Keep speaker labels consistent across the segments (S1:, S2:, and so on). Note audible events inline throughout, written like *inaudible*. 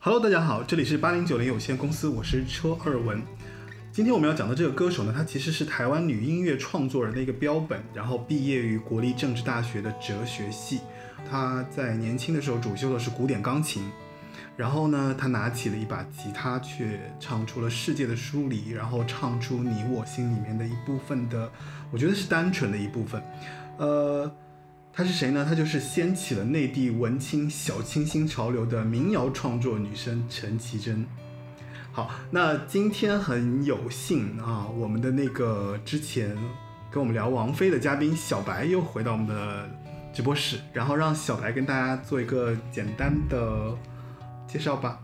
S1: Hello，大家好，这里是八零九零有限公司，我是车二文。今天我们要讲的这个歌手呢，她其实是台湾女音乐创作人的一个标本，然后毕业于国立政治大学的哲学系。她在年轻的时候主修的是古典钢琴，然后呢，她拿起了一把吉他，却唱出了世界的疏离，然后唱出你我心里面的一部分的，我觉得是单纯的一部分。呃，她是谁呢？她就是掀起了内地文青小清新潮流的民谣创作女生陈绮贞。好，那今天很有幸啊，我们的那个之前跟我们聊王菲的嘉宾小白又回到我们的直播室，然后让小白跟大家做一个简单的介绍吧。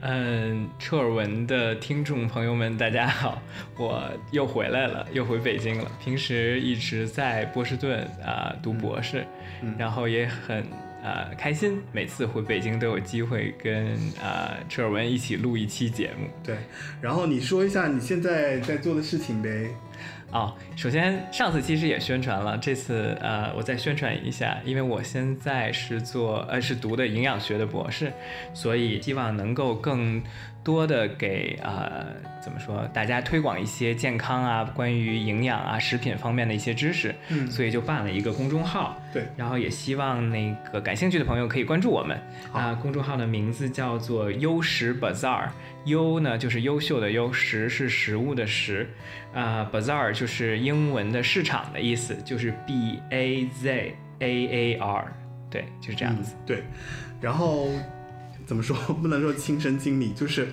S2: 嗯，车尔文的听众朋友们，大家好， *laughs* 我又回来了，又回北京了。平时一直在波士顿啊、读博士，
S1: 嗯
S2: 然后也很啊、开心，每次回北京都有机会跟啊、车尔文一起录一期节目。
S1: 对，然后你说一下你现在在做的事情呗。
S2: 哦，首先上次其实也宣传了，这次呃我再宣传一下，因为我现在是做呃是读的营养学的博士，所以希望能够更多的给呃怎么说大家推广一些健康啊，关于营养啊、食品方面的一些知识，
S1: 嗯
S2: 所以就办了一个公众号，
S1: 对，
S2: 然后也希望那个感兴趣的朋友可以关注我们
S1: 好
S2: 啊、公众号的名字叫做“优食 Bazaar”，优呢就是优秀的优，食是食物的食，啊、b a z a a r 就是英文的市场的意思，就是 B A Z A A R，对，就是这样子。
S1: 嗯对，然后怎么说？不能说亲身经历，就是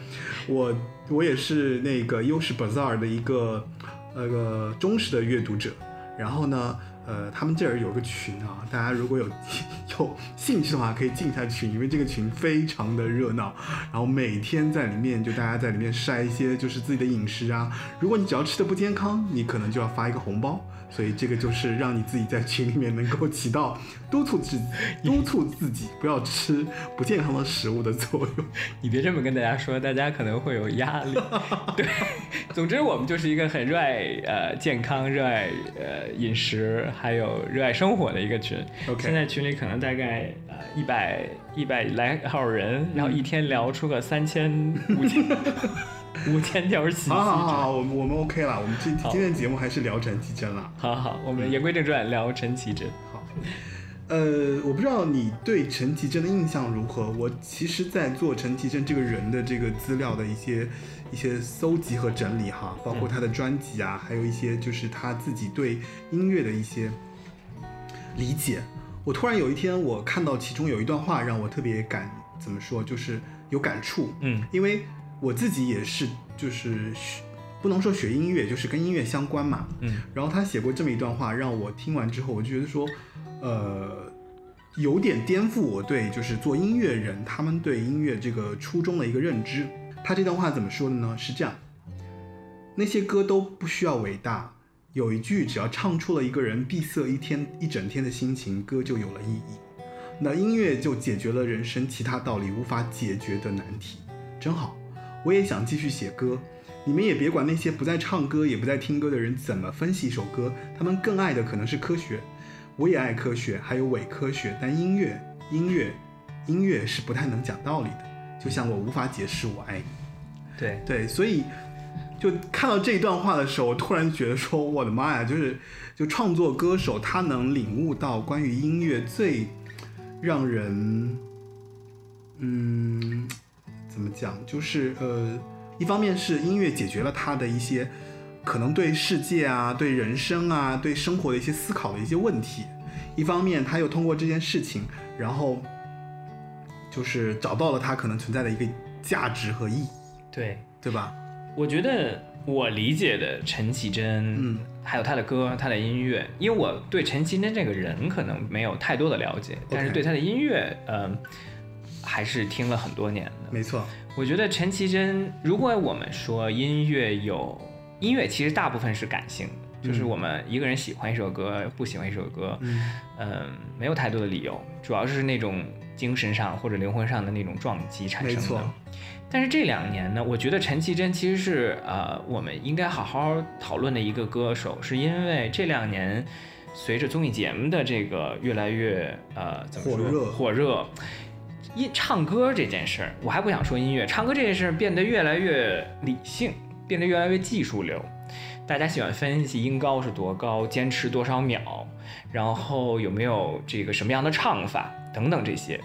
S1: 我我也是那个优势 Bazaar 的一个那个、忠实的阅读者。然后呢，呃，他们这儿有个群啊，大家如果有 *laughs* 有兴趣的话，可以进一下群，因为这个群非常的热闹。然后每天在里面就大家在里面晒一些就是自己的饮食啊，如果你只要吃的不健康，你可能就要发一个红包。所以这个就是让你自己在群里面能够起到督促自己、督促自己不要吃不健康的食物的作用。
S2: 嗯你别这么跟大家说，大家可能会有压 *laughs* 力。对，总之我们就是一个很热爱呃健康、热爱呃饮食，还有热爱生活的一个群。
S1: OK
S2: *laughs* 现在群里可能大概呃一百一百来号人，然后
S1: 嗯
S2: 一天聊出个三千五
S1: *laughs*
S2: 千五千条信息。
S1: 好好好，我们我们 OK 了，我们今
S2: 好
S1: 今天的节目还是聊陈绮贞了。
S2: 好好，我
S1: 嗯
S2: 们言归正传，聊陈绮贞。
S1: 好，呃，我不知道你对陈绮贞的印象如何。我其实，在做陈绮贞这个人的这个资料的一些一些搜集和整理哈，包括她的专辑啊，还有一些就是她自己对音乐的一些理解。我突然有一天，我看到其中有一段话，让我特别感怎么说，就是有感触。
S2: 嗯
S1: 因为我自己也是，就是学不能说学音乐，就是跟音乐相关嘛。
S2: 嗯
S1: 然后他写过这么一段话，让我听完之后，我就觉得说，呃，有点颠覆我对就是做音乐人他们对音乐这个初衷的一个认知。他这段话怎么说的呢？是这样：那些歌都不需要伟大，有一句只要唱出了一个人闭塞一天一整天的心情，歌就有了意义。那音乐就解决了人生其他道理无法解决的难题，真好。我也想继续写歌，你们也别管那些不再唱歌也不再听歌的人怎么分析一首歌，他们更爱的可能是科学。我也爱科学，还有伪科学，但音乐，音乐，音乐是不太能讲道理的。就像我无法解释我爱你。
S2: 对，
S1: 对，所以就看到这一段话的时候，我突然觉得说，我的妈呀，就是就创作歌手他能领悟到关于音乐最让人，嗯，怎么讲，就是呃，一方面是音乐解决了他的一些可能对世界啊、对人生啊、对生活的一些思考的一些问题，一方面他又通过这件事情，然后就是找到了他可能存在的一个价值和意义。
S2: 对，
S1: 对吧？
S2: 我觉得我理解的陈绮贞，
S1: 嗯，
S2: 还有她的歌、她的音乐，因为我对陈绮贞这个人可能没有太多的了解，但是对她的音乐，嗯、还是听了很多年的。
S1: 没错，
S2: 我觉得陈绮贞，如果我们说音乐有音乐，其实大部分是感性的，就是
S1: 嗯
S2: 我们一个人喜欢一首歌，不喜欢一首歌，
S1: 嗯
S2: 嗯，没有太多的理由，主要是那种精神上或者灵魂上的那种撞击产
S1: 没
S2: 生
S1: 错
S2: 的。但是这两年呢，我觉得陈绮贞其实是呃，我们应该好好讨论的一个歌手，是因为这两年随着综艺节目的这个越来越呃怎么说
S1: 火热
S2: 火热，音唱歌这件事儿，我还不想说音乐，唱歌这件事儿变得越来越理性，变得越来越技术流。大家喜欢分析音高是多高，坚持多少秒，然后有没有这个什么样的唱法等等这些。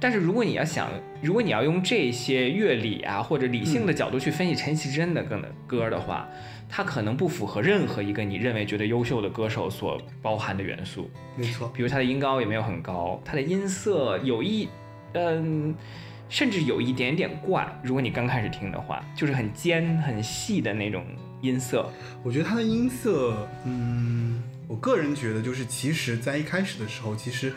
S2: 但是如果你要想，如果你要用这些乐理啊或者理性的角度去分析陈绮贞的歌的歌的话，它可能不符合任何一个你认为觉得优秀的歌手所包含的元素。
S1: 没错，
S2: 比如它的音高也没有很高，它的音色有一，嗯，甚至有一点点怪。如果你刚开始听的话，就是很尖很细的那种音色。
S1: 我觉得它的音色，嗯，我个人觉得就是，其实，在一开始的时候，其实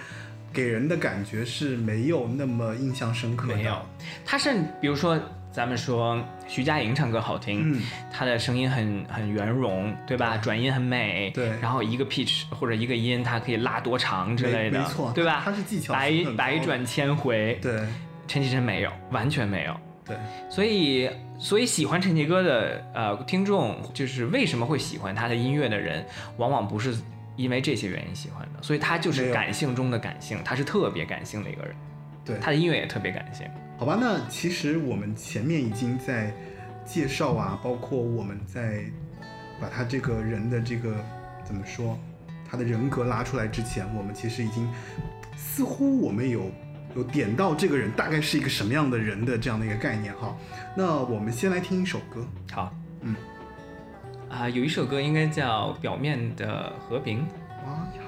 S1: 给人的感觉是没有那么印象深刻的。
S2: 没有，它甚比如说咱们说徐佳莹唱歌好听，
S1: 嗯，
S2: 她的声音很很圆融，对吧？转音很美，
S1: 对
S2: 然后一个 pitch 或者一个音，它可以拉多长之类
S1: 没
S2: 的，
S1: 没错，
S2: 对吧
S1: 它？是技巧
S2: 百
S1: 性很高的
S2: 百，转千回，
S1: 对
S2: 陈绮贞没有，完全没有。
S1: 对，
S2: 所以，所以喜欢陈绮歌的呃听众，就是为什么会喜欢他的音乐的人，往往不是因为这些原因喜欢的，所以他就
S1: 没
S2: 是
S1: 有
S2: 感性中的感性，他是特别感性的一个人，
S1: 对
S2: 他的音乐也特别感性。
S1: 好吧，那其实我们前面已经在介绍啊，包括我们在把他这个人的这个怎么说，他的人格拉出来之前，我们其实已经似乎我们有有点到这个人大概是一个什么样的人的这样的一个概念哈。那我们先来听一首歌，
S2: 好，
S1: 嗯，
S2: 啊、有一首歌应该叫《表面的和平
S1: 哇呀，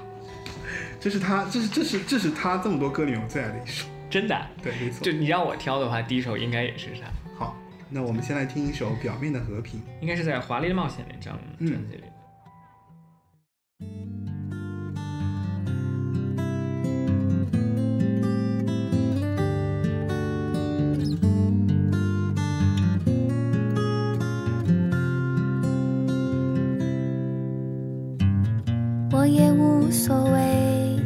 S1: 这是他，这是这是这是他这么多歌里面我最爱的一首，》，
S2: 真的啊，
S1: 对，没错
S2: 就。你让我挑的话，第一首应该也是他，
S1: 好，那我们先来听一首《表面的和平》。
S2: 应该是在《华丽的冒险》那张
S1: 嗯
S2: 专辑里。
S3: 我也无所谓，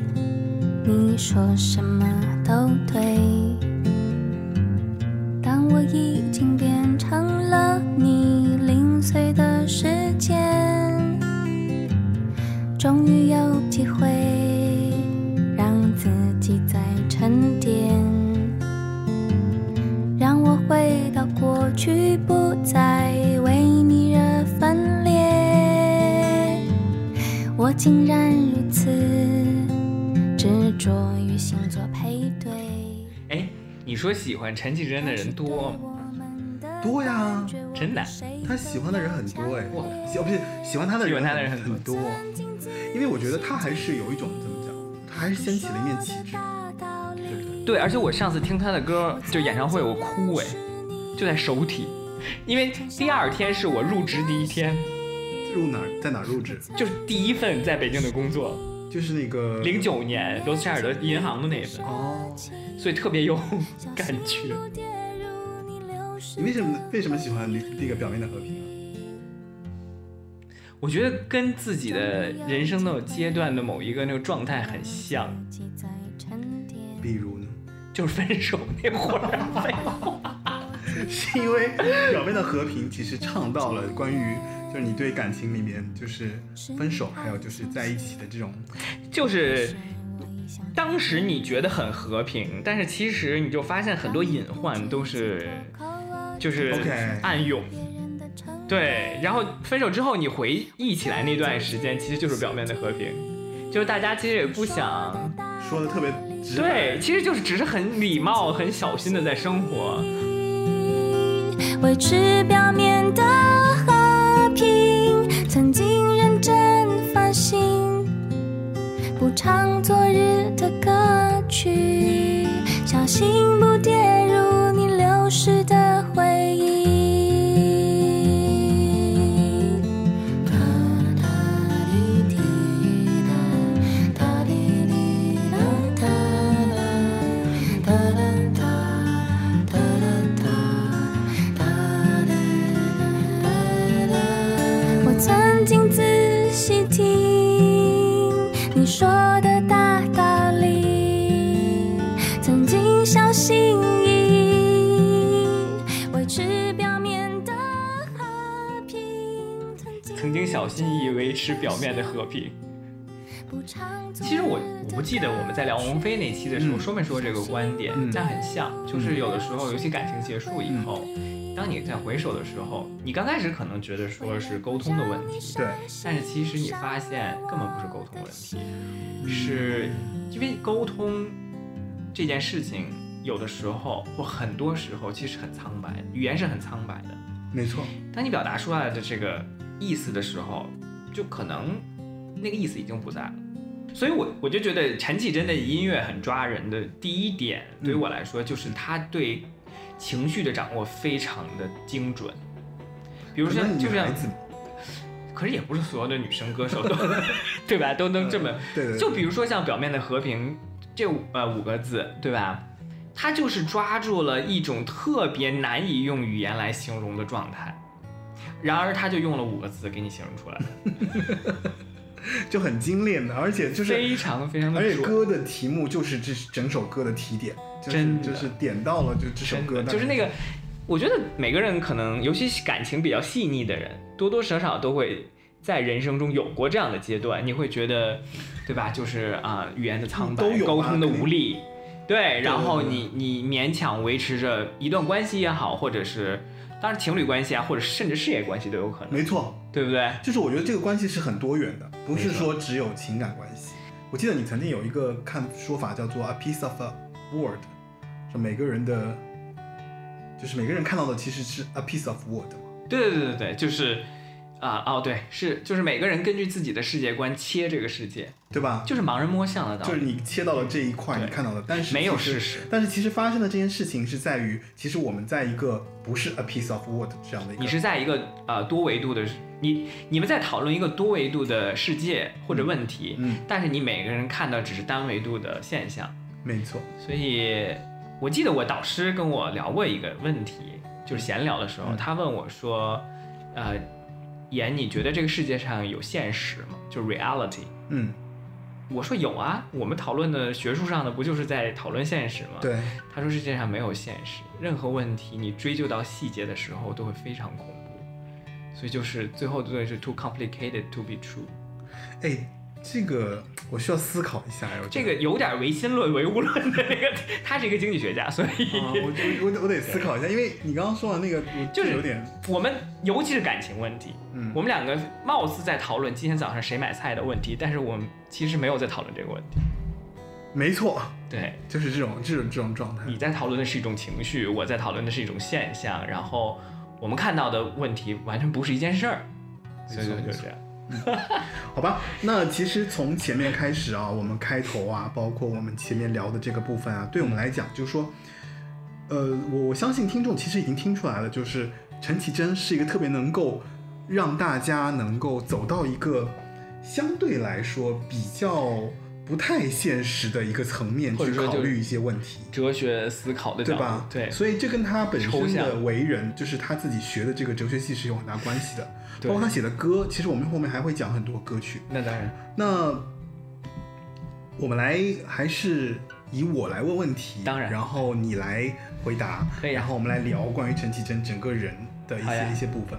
S3: 你说什么都对。当我已经变成了你零碎的时间，终于有机会让自己再沉淀，让我回到过去，不再为你而分裂。我竟然如此执着于星座配对。
S2: 哎，你说喜欢陈绮贞的人多吗？
S1: 多呀
S2: 真的
S1: 啊他喜欢的人很多哎，
S2: 哇
S1: 喜不是喜欢他的
S2: 喜欢
S1: 人
S2: 他的人很
S1: 很多，因为我觉得他还是有一种怎么讲，他还是掀起了一面旗帜。
S2: 对，而且我上次听他的歌，就演唱会我哭哎，就在首体，因为第二天是我入职第一天，
S1: 入哪儿在哪儿入职？
S2: 就是第一份在北京的工作，
S1: 就是那个
S2: 零九年罗斯柴尔德银行的那一份，
S1: 哦，
S2: 所以特别有感觉。
S1: 你为什么为什么喜欢那那个表面的和平啊？
S2: 我觉得跟自己的人生的阶段的某一个那个状
S1: 哎
S2: 态很像，
S1: 比如呢， *laughs*
S2: 就是分手那会儿。啊
S1: 是因为表面的和平其实唱到了关于就是你对感情里面就是分手，还有就是在一起的这种，
S2: *laughs* 就是当时你觉得很和平，但是其实你就发现很多隐患都是就是
S1: OK
S2: 暗涌。对，然后分手之后你回忆起来那段时间，其实就是表面的和平，就是大家其实也不想，
S1: 说的特别直白。
S2: 对，其实就是只是很礼貌、很小心的在生活。
S3: 维持表面的和平，曾经认真反省，不唱昨日的歌曲，小心不跌入你流逝的回忆。哒哒滴滴哒，哒滴滴哒哒哒，哒哒哒，哒哒哒，哒哒哒。我曾经仔细听你说的大道理，曾经小心翼翼维持表面的和平。
S2: 曾经小心翼翼维持表面的和平，
S3: 不常做
S2: 其实我我不记得我们在聊王菲那期的时候
S1: 嗯
S2: 说没说这个观点，
S1: 嗯
S2: 但很像，就是有的时候，尤其感情结束以后，当你在回首的时候，你刚开始可能觉得说是沟通的问题，
S1: 对，
S2: 但是其实你发现根本不是沟通问题，
S1: 嗯
S2: 是因为沟通这件事情，有的时候或很多时候其实很苍白，语言是很苍白的。
S1: 没错，
S2: 当你表达出来的这个意思的时候，就可能那个意思已经不在了。所以我，我就觉得陈绮贞的音乐很抓人的第一点，对于
S1: 嗯
S2: 我来说，就是她对情绪的掌握非常的精准。比如
S1: 可
S2: 说，
S1: 能
S2: 就
S1: 女
S2: 是
S1: 孩子，
S2: 可是也不是所有的女生歌手都， *laughs* 对吧？都能这么。
S1: 对对对，
S2: 就比如说像表面的和平这五呃五个字，对吧？它就是抓住了一种特别难以用语言来形容的状态，然而他就用了五个字给你形容出来，
S1: 就很精炼的，而且就是
S2: 非常非常
S1: 而
S2: 的
S1: 且
S2: 准。
S1: 歌的题目就是这整首歌的提点，就是
S2: 真的
S1: 就是点到了就这首
S2: 真
S1: 歌
S2: 的，
S1: 大概，
S2: 就是那个，我觉得每个人可能，尤其是感情比较细腻的人，多多少少都会在人生中有过这样的阶段，你会觉得，对吧？就是啊、语言的苍白
S1: 嗯都，有吧
S2: 沟通的
S1: 肯定
S2: 无力，对，然后
S1: 对对
S2: 你你勉强维持着一段关系也好，或者是当然情侣关系啊，或者甚至事业关系都有可能，
S1: 没错，
S2: 对不对？
S1: 就是我觉得这个关系是很多元的，不是
S2: 没错
S1: 说只有情感关系。我记得你曾经有一个看说法叫做 a piece of a word，是每个人的，就是每个人看到的其实是 a piece of word 嘛。
S2: 对对对对对，就是啊、哦对，是就是每个人根据自己的世界观切这个世界，
S1: 对吧？
S2: 就是盲人摸象的道
S1: 就是
S2: 理，
S1: 你切到了这一块，
S2: 对
S1: 你看到的，但是
S2: 没有
S1: 其实
S2: 事实。
S1: 但是其实发生的这件事情是在于，其实我们在一个不是 a piece of wood 这样的一个，
S2: 你是在一个呃多维度的，你你们在讨论一个多维度的世界或者问题，
S1: 嗯，
S2: 但是你每个人看到只是单维度的现象，
S1: 没错，
S2: 所以我记得我导师跟我聊过一个问题，就是闲聊的时候，
S1: 嗯
S2: 他问我说，呃，妍，你觉得这个世界上有现实吗？就是 reality。
S1: 嗯，
S2: 我说有啊，我们讨论的学术上的不就是在讨论现实吗？。
S1: 对，
S2: 他说世界上没有现实，任何问题你追究到细节的时候都会非常恐怖，所以就是最后对是 too complicated to be true，
S1: 哎，这个我需要思考一下哎，我觉
S2: 这
S1: 得
S2: 个有点唯心论、唯物论的那个，他是一个经济学家，所以
S1: 啊，我我我得我得思考一下，因为你刚刚说的那个，我
S2: 就是
S1: 有点，
S2: 我们尤其是感情问题，
S1: 嗯
S2: 我，们两个貌似在讨论今天早上谁买菜的问题，但是我们其实没有在讨论这个问题。
S1: 没错，
S2: 对，
S1: 就是这种这种这种状态
S2: 你，在讨论的是一种情绪，我在讨论的是一种现象，然后我们看到的问题完全不是一件事儿，所以
S1: 没
S2: 就
S1: 错
S2: 就
S1: 没错
S2: 这样。
S1: 好吧？那其实从前面开始啊，我们开头啊，包括我们前面聊的这个部分啊，对我们来讲，就是说，呃，我我相信听众其实已经听出来了，就是陈绮贞是一个特别能够让大家能够走到一个相对来说比较不太现实的一个层面
S2: 或
S1: 去
S2: 者说
S1: 考
S2: 就是
S1: 虑一些问题。
S2: 哲学思考的角
S1: 对
S2: 度，
S1: 吧？
S2: 对，
S1: 所以这跟他本
S2: 抽
S1: 身的
S2: 象
S1: 为人，就是他自己学的这个哲学系是有很大关系的。
S2: 对
S1: 包括他写的歌，其实我们后面还会讲很多歌曲。
S2: 那当然，
S1: 那我们来还是以我来问问题，
S2: 当然
S1: 然后你来回答，
S2: 可以啊
S1: 然后我们来聊关于陈绮贞整个人的一
S2: 好呀
S1: 些一些部分。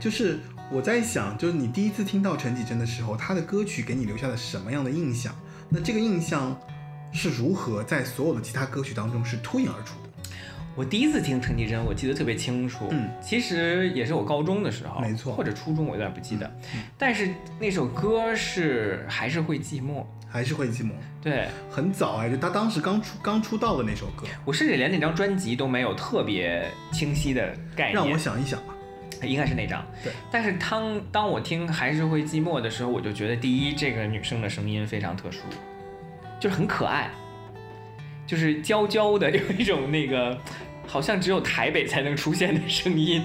S1: 就是我在想，就是你第一次听到陈绮贞的时候，她的歌曲给你留下了什么样的印象？那这个印象是如何在所有的其他歌曲当中是脱颖而出的？
S2: 我第一次听陈绮贞，我记得特别清楚。
S1: 嗯，
S2: 其实也是我高中的时候，
S1: 没错嗯
S2: 或者初中，我有点不记得。但是那首歌是还是会寂寞，
S1: 还是会寂寞，
S2: 对
S1: 很早哎，就她当时刚出刚出道的那首歌，
S2: 我甚至连那张专辑都没有特别清晰的概念。
S1: 让我想一想吧。
S2: 应该是那张。
S1: 对，
S2: 但是当当我听还是会寂寞的时候，我就觉得第一，这个女生的声音非常特殊，就是很可爱，就是娇娇的，有一种那个好像只有台北才能出现的声音。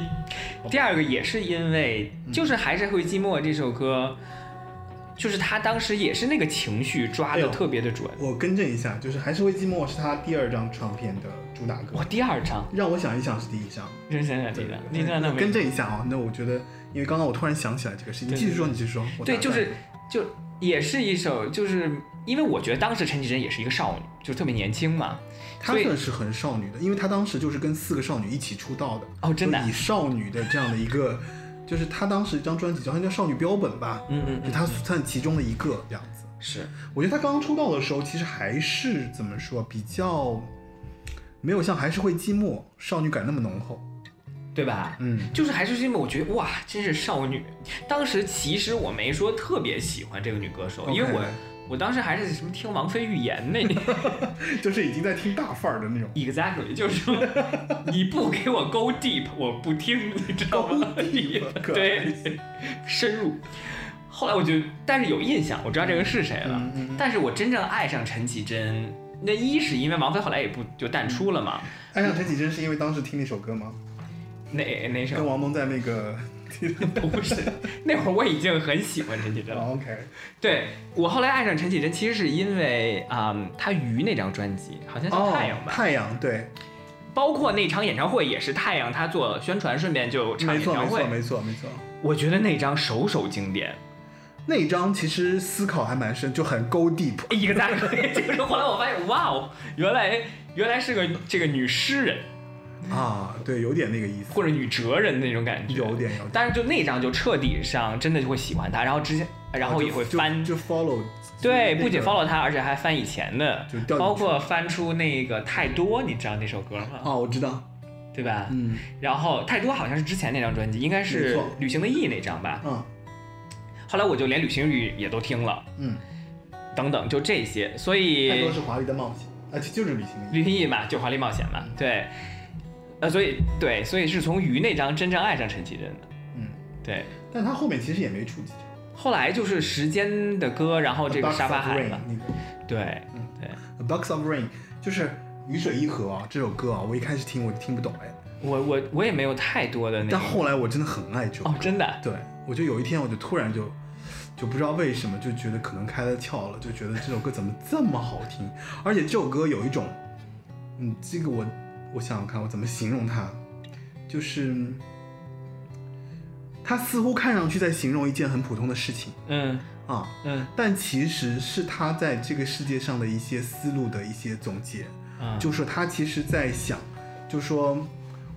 S1: 哦
S2: 第二个也是因为，
S1: 嗯
S2: 就是还是会寂寞这首歌。就是她当时也是那个情绪抓
S1: 哎呦
S2: 的特别的准。
S1: 我更正一下，就是还是会寂寞是她第二张唱片的主打歌
S2: 哇，，第二张，
S1: 让我想一想是第一张。
S2: 真想想
S1: 对
S2: 第一张，第一
S1: 对
S2: 张那
S1: 对，
S2: 没
S1: 更正一下啊，那我觉得，因为刚刚我突然想起来这个事情，你
S2: 对
S1: 继续说，你继续说。我
S2: 对，
S1: 打断
S2: 就是就也是一首，就是因为我觉得当时陈绮贞也是一个少女，就特别年轻嘛。
S1: 她
S2: 所以
S1: 算是很少女的，因为她当时就是跟四个少女一起出道的，
S2: 哦，真的啊
S1: 就以，少女的这样的一个，就是她当时一张专辑好像叫《少女标本》吧，
S2: 嗯嗯
S1: 就
S2: 嗯，
S1: 她算其中的一个这样子。
S2: 是
S1: 我觉得他刚刚出道的时候，其实还是怎么说，比较没有像还是会寂寞少女感那么浓厚。
S2: 对吧？
S1: 嗯，
S2: 就是还是因为我觉得哇，真是少女。当时其实我没说特别喜欢这个女歌手，因为我
S1: OK
S2: 我当时还是什么听王菲预言那
S1: 就是已经在听大范儿的那种。
S2: *laughs* ，exactly，就是说你不给我 go deep，我不听，你知
S1: *laughs*
S2: 道吗
S1: Go deep，可爱
S2: *laughs* 对，深入。后来我就，但是有印象，我知道这个是谁了。
S1: 嗯嗯嗯
S2: 但是我真正爱上陈绮贞，那一是因为王菲后来也不就淡出了嘛，
S1: 爱上陈绮贞是因为当时听那首歌吗？
S2: 嗯那
S1: 跟
S2: 那首
S1: 王蒙在那个
S2: 不是， *laughs* 那会儿我已经很喜欢陈绮贞了。
S1: 哦 OK，
S2: *laughs* 对我后来爱上陈绮贞，其实是因为啊、嗯她鱼那张专辑好像
S1: 哦
S2: 叫太阳吧，
S1: 太阳对，
S2: 包括那场演唱会也是太阳，她做宣传，顺便就唱
S1: 没
S2: 演
S1: 错
S2: 唱
S1: 没错
S2: 会。
S1: 没错没错。
S2: 我觉得那张首首经典，
S1: 那一张其实思考还蛮深，就很 go deep。
S2: 一个大哥， *laughs* 就是后来我发现，哇哦，原来原来是个这个女诗人
S1: 啊，对，有点那个意思，
S2: 嗯或者女哲人那种感觉，
S1: 有点啊有点。
S2: 但是就那张就彻底上真的就会喜欢她，然后之前然后也会
S1: 啊就
S2: 翻
S1: 就就 follow，
S2: 对，
S1: 那
S2: 不仅
S1: 个
S2: follow 他，而且还翻以前的
S1: 就，掉进
S2: 包括翻出那个太多，你知道那首歌吗？
S1: 哦，我知道，
S2: 对吧？
S1: 嗯
S2: 然后太多好像是之前那张专辑，应该
S1: 没
S2: 是
S1: 错
S2: 《旅行的意义》那张吧。
S1: 嗯
S2: 后来我就连《旅行的意义》也都听了，
S1: 嗯，
S2: 等等，就这些。所
S1: 太
S2: 以
S1: 多
S2: 《
S1: 是华丽的冒险，啊，其实就是旅行的意义。
S2: 旅行意义》嘛，就华丽冒险
S1: 嗯
S2: 嘛，对。呃，所以对，所以是从鱼那张真正爱上陈绮贞的，
S1: 嗯，
S2: 对。
S1: 但他后面其实也没出几张。
S2: 后来就是时间的歌，然哦后这个沙发海了，
S1: 那个
S2: 对
S1: 嗯《
S2: 对，
S1: A Box of Rain》就是雨水一河啊，这首歌啊，我一开始听我听不懂哎，
S2: 我我我也没有太多的那
S1: 但
S2: 种
S1: 后来我真的很爱这首歌。
S2: 哦，真的，
S1: 对，我就有一天我就突然就就不知道为什么就觉得可能开了窍了，就觉得这首歌怎么这么好听，而且这首歌有一种，嗯，这个我我想想看我怎么形容它，就是它似乎看上去在形容一件很普通的事情
S2: 嗯
S1: 啊，
S2: 嗯
S1: 但其实是他在这个世界上的一些思路的一些总结。
S2: 啊，
S1: 就是他其实在想，就说，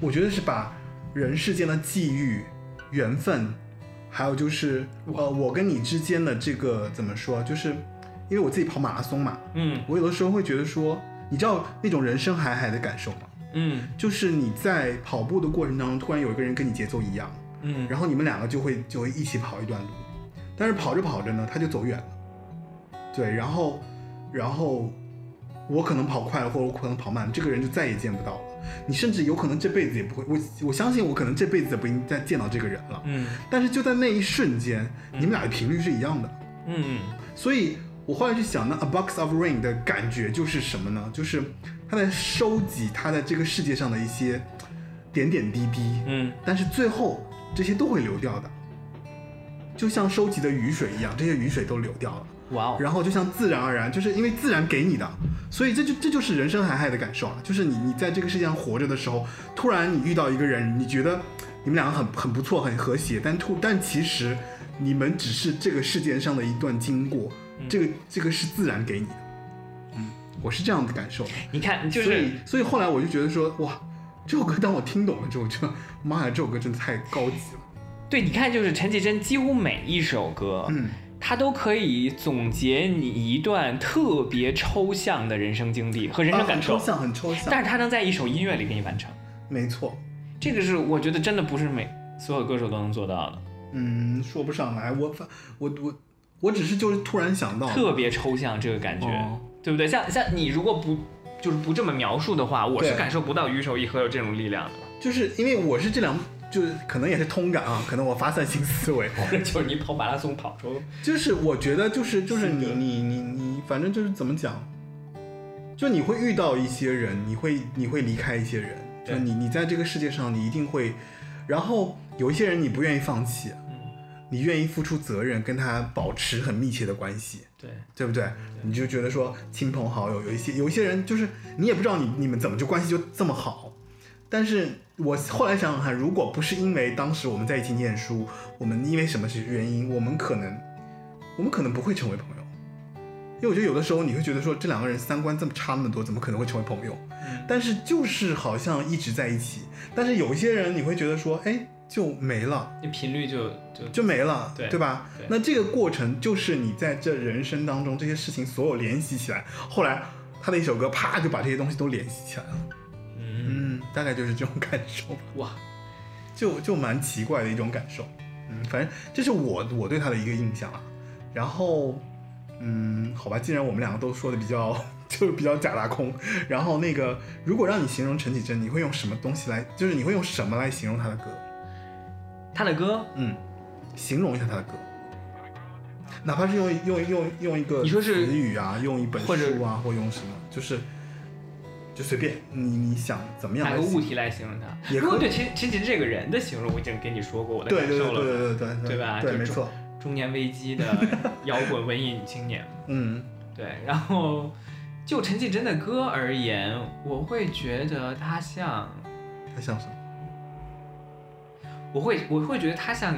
S1: 我觉得是把人世间的际遇、缘分，还有就是呃我跟你之间的这个怎么说，就是因为我自己跑马拉松嘛，
S2: 嗯
S1: 我有的时候会觉得说，你知道那种人生海海的感受吗？
S2: 嗯
S1: 就是你在跑步的过程当中，突然有一个人跟你节奏一样，
S2: 嗯，
S1: 然后你们两个就会就会一起跑一段路，但是跑着跑着呢，他就走远了。对，然后，然后我可能跑快了，或者我可能跑慢了，这个人就再也见不到了。你甚至有可能这辈子也不会，我我相信我可能这辈子也不应该再见到这个人了。
S2: 嗯
S1: 但是就在那一瞬间，你们俩的频率是一样的，
S2: 嗯
S1: 所以我后来去想，那 A Box of Rain 的感觉就是什么呢？就是他在收集他在这个世界上的一些点点滴滴，
S2: 嗯
S1: 但是最后这些都会流掉的，就像收集的雨水一样，这些雨水都流掉了。
S2: 嗯，哇哦，
S1: 然后就像自然而然，就是因为自然给你的，所以这就这就是人生海海的感受啊！就是你你在这个世界上活着的时候，突然你遇到一个人，你觉得你们两个很很不错，很和谐，但突但其实你们只是这个世界上的一段经过，这个这个是自然给你的。嗯，我是这样的感受的。
S2: 你看，就
S1: 所
S2: 是
S1: 以所以后来我就觉得说，哇，这首歌当我听懂了之后，我觉得妈呀，这首歌真的太高级了。
S2: 对，你看，就是陈绮贞几乎每一首歌，
S1: 嗯，
S2: 她都可以总结你一段特别抽象的人生经历和人
S1: 啊
S2: 生感受，
S1: 很抽象，很抽象，
S2: 但是她能在一首音乐里给你完成，
S1: 没错。
S2: 这个是我觉得真的不是每所有歌手都能做到的，
S1: 嗯，说不上来，我反我我我只是就是突然想到，
S2: 特别抽象这个感觉，
S1: 哦
S2: 对不对？像像你如果不就是不这么描述的话，我是
S1: 对
S2: 感受不到《鱼手一喝》有这种力量的，
S1: 就是因为我是这两，就是可能也是通感啊，可能我发散性思维，
S2: *laughs* 就是你跑马拉松跑出
S1: 就是我觉得就是就是你
S2: 是的
S1: 你你你，反正就是怎么讲，就你会遇到一些人，你会你会离开一些人，就
S2: 对
S1: 你你在这个世界上你一定会，然后有一些人你不愿意放弃，
S2: 嗯
S1: 你愿意付出责任，跟他保持很密切的关系，
S2: 对，
S1: 对不对？你就觉得说亲朋好友有一些有一些人就是你也不知道你你们怎么就关系就这么好，但是我后来想想看，如果不是因为当时我们在一起念书，我们因为什么是原因，我们可能我们可能不会成为朋友，因为我觉得有的时候你会觉得说这两个人三观这么差那么多，怎么可能会成为朋友？
S2: 嗯
S1: 但是就是好像一直在一起。但是有一些人你会觉得说，哎，就没了，
S2: 你频率就就
S1: 就没了，
S2: 对
S1: 吧
S2: 对
S1: 那这个过程就是你在这人生当中这些事情所有联系起来，后来他的一首歌啪就把这些东西都联系起来了。
S2: 嗯
S1: 嗯，大概就是这种感受吧，
S2: 哇，
S1: 就就蛮奇怪的一种感受。嗯，反正这是我我对他的一个印象啊。然后，嗯，好吧，既然我们两个都说的比较 *laughs* 就是比较假大空，然后那个如果让你形容陈绮贞，你会用什么东西来？就是你会用什么来形容她的歌？
S2: 他的歌，
S1: 嗯，形容一下她的歌，哪怕是用用用用一个
S2: 你说是
S1: 词语啊，用一本
S2: 或者
S1: 书啊，或用什么，就是就随便你你想怎么样
S2: 拿
S1: 来
S2: 个
S1: 形
S2: 物
S1: 容
S2: 体来形容他。
S1: 也
S2: 如
S1: 可
S2: 果
S1: 以
S2: 对陈陈绮贞这个人的形容，我已经跟你说过我的
S1: 对
S2: 感
S1: 对对
S2: 受
S1: 对
S2: 了。
S1: 对对对
S2: 对吧
S1: 对，
S2: 就
S1: 没
S2: 中
S1: 错，
S2: 中年危机的 *laughs* 摇滚文艺女青年，
S1: 嗯
S2: 对。然后就陈绮贞的歌而言，我会觉得她像，
S1: 它像什么？
S2: 我会我会觉得她像，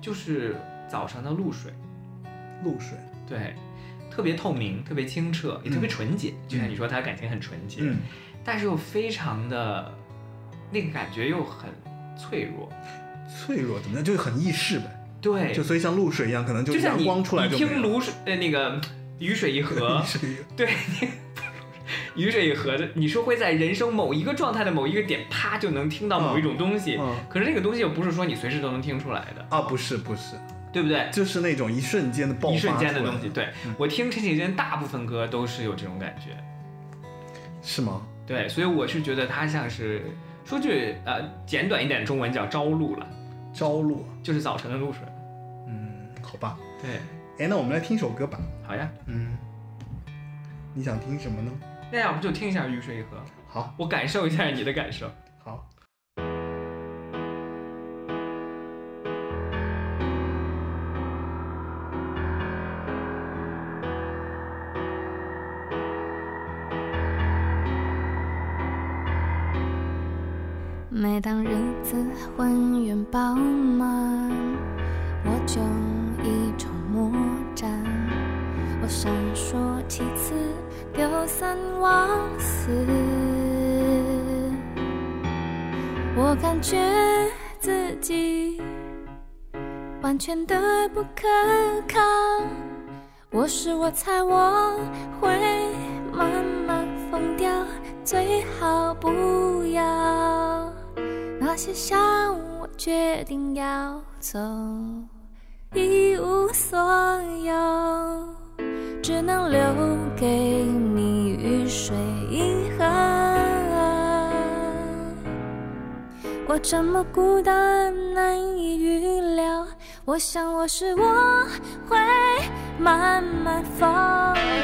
S2: 就是早上的露水，
S1: 露水。
S2: 对，特别透明，特别清澈，也特别
S1: 嗯
S2: 纯洁。就像你说，她感情很纯洁，
S1: 嗯，
S2: 但是又非常的，那个感觉又很脆弱。
S1: 脆弱怎么样？就是很易逝呗。
S2: 对，
S1: 就所以像露水一样，可能
S2: 就像
S1: 阳
S2: 你
S1: 光出来
S2: 你
S1: 就没
S2: 听
S1: 了。
S2: 卤水呃那个雨水
S1: *laughs*
S2: 一河
S1: 易，逝
S2: 对， *laughs* 你雨水一河的，你说会在人生某一个状态的某一个点，啪就能听到某一种东西，
S1: 嗯
S2: 可是这个东西又不是说你随时都能听出来的，
S1: 啊，不是不是，
S2: 对不对？
S1: 就是那种一瞬间的爆嗯发，
S2: 一瞬间的东西，，对、我听陈绮贞大部分歌都是有这种感觉，
S1: 是吗？
S2: 对，所以我是觉得她像是说句呃简短一点的中文叫朝露了，
S1: 朝露，
S2: 就是早晨的露水。
S1: 嗯，好吧。
S2: 对，
S1: 哎，那我们来听首歌吧。
S2: 好呀，
S1: 嗯，你想听什么呢？
S2: 那要不就听一下雨水一河，
S1: 好，
S2: 我感受一下你的感受。
S1: 好，
S3: 每当日子浑圆饱满，我就一筹莫展。我闪烁其词，丢三忘四。我感觉自己完全的不可靠。我是我猜我会慢慢疯掉，最好不要那些伤，我决定要走，一无所有，只能留给你雨水银河。我这么孤单，难以预料。我想我是我会慢慢疯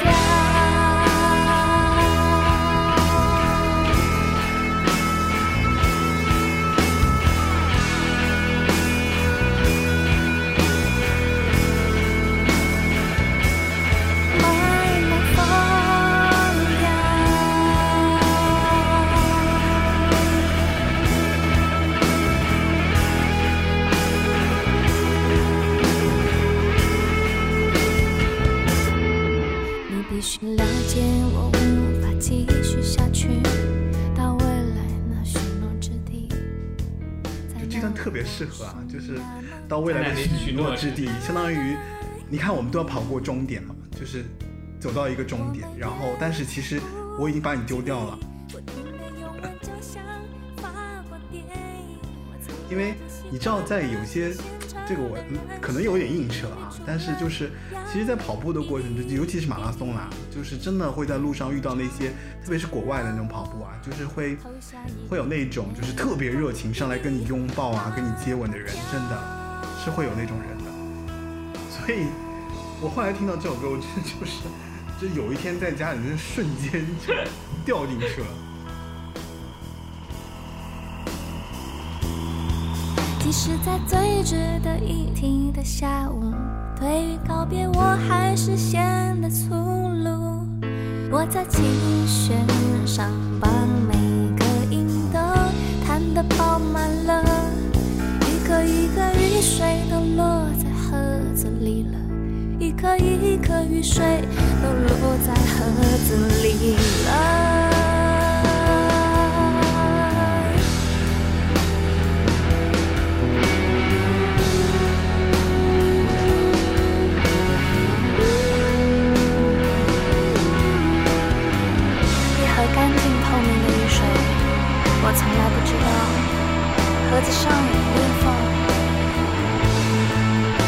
S3: 掉。慢慢疯掉。你必须了解，我无法继续下去，到未来那许诺之地。
S1: 就这段特别适合啊，
S3: 嗯
S1: 就是到未
S2: 未
S1: 来的许
S2: 许
S1: 诺
S2: 诺
S1: 之地，相当于你看我们都要跑过终点嘛，就是走到一个终点，然后但是其实我已经把你丢掉了。因为你知道，在有些这个我嗯可能有点硬扯啊，但是就是，其实，在跑步的过程中，尤其是马拉松啦、啊就是真的会在路上遇到那些，特别是国外的那种跑步啊，就是会会有那种就是特别热情上来跟你拥抱啊、跟你接吻的人，真的是会有那种人的。所以，我后来听到这首歌，我真的就是，就有一天在家里面瞬间就 *laughs* 掉进去了。
S3: 即使在最值得一提的下午，对于告别我还是显得粗鲁。我在琴弦上把每个音都弹得饱满了，一颗一颗雨水都落在盒子里了，一颗一颗雨水都落在盒子里了。知道，盒子上有裂缝，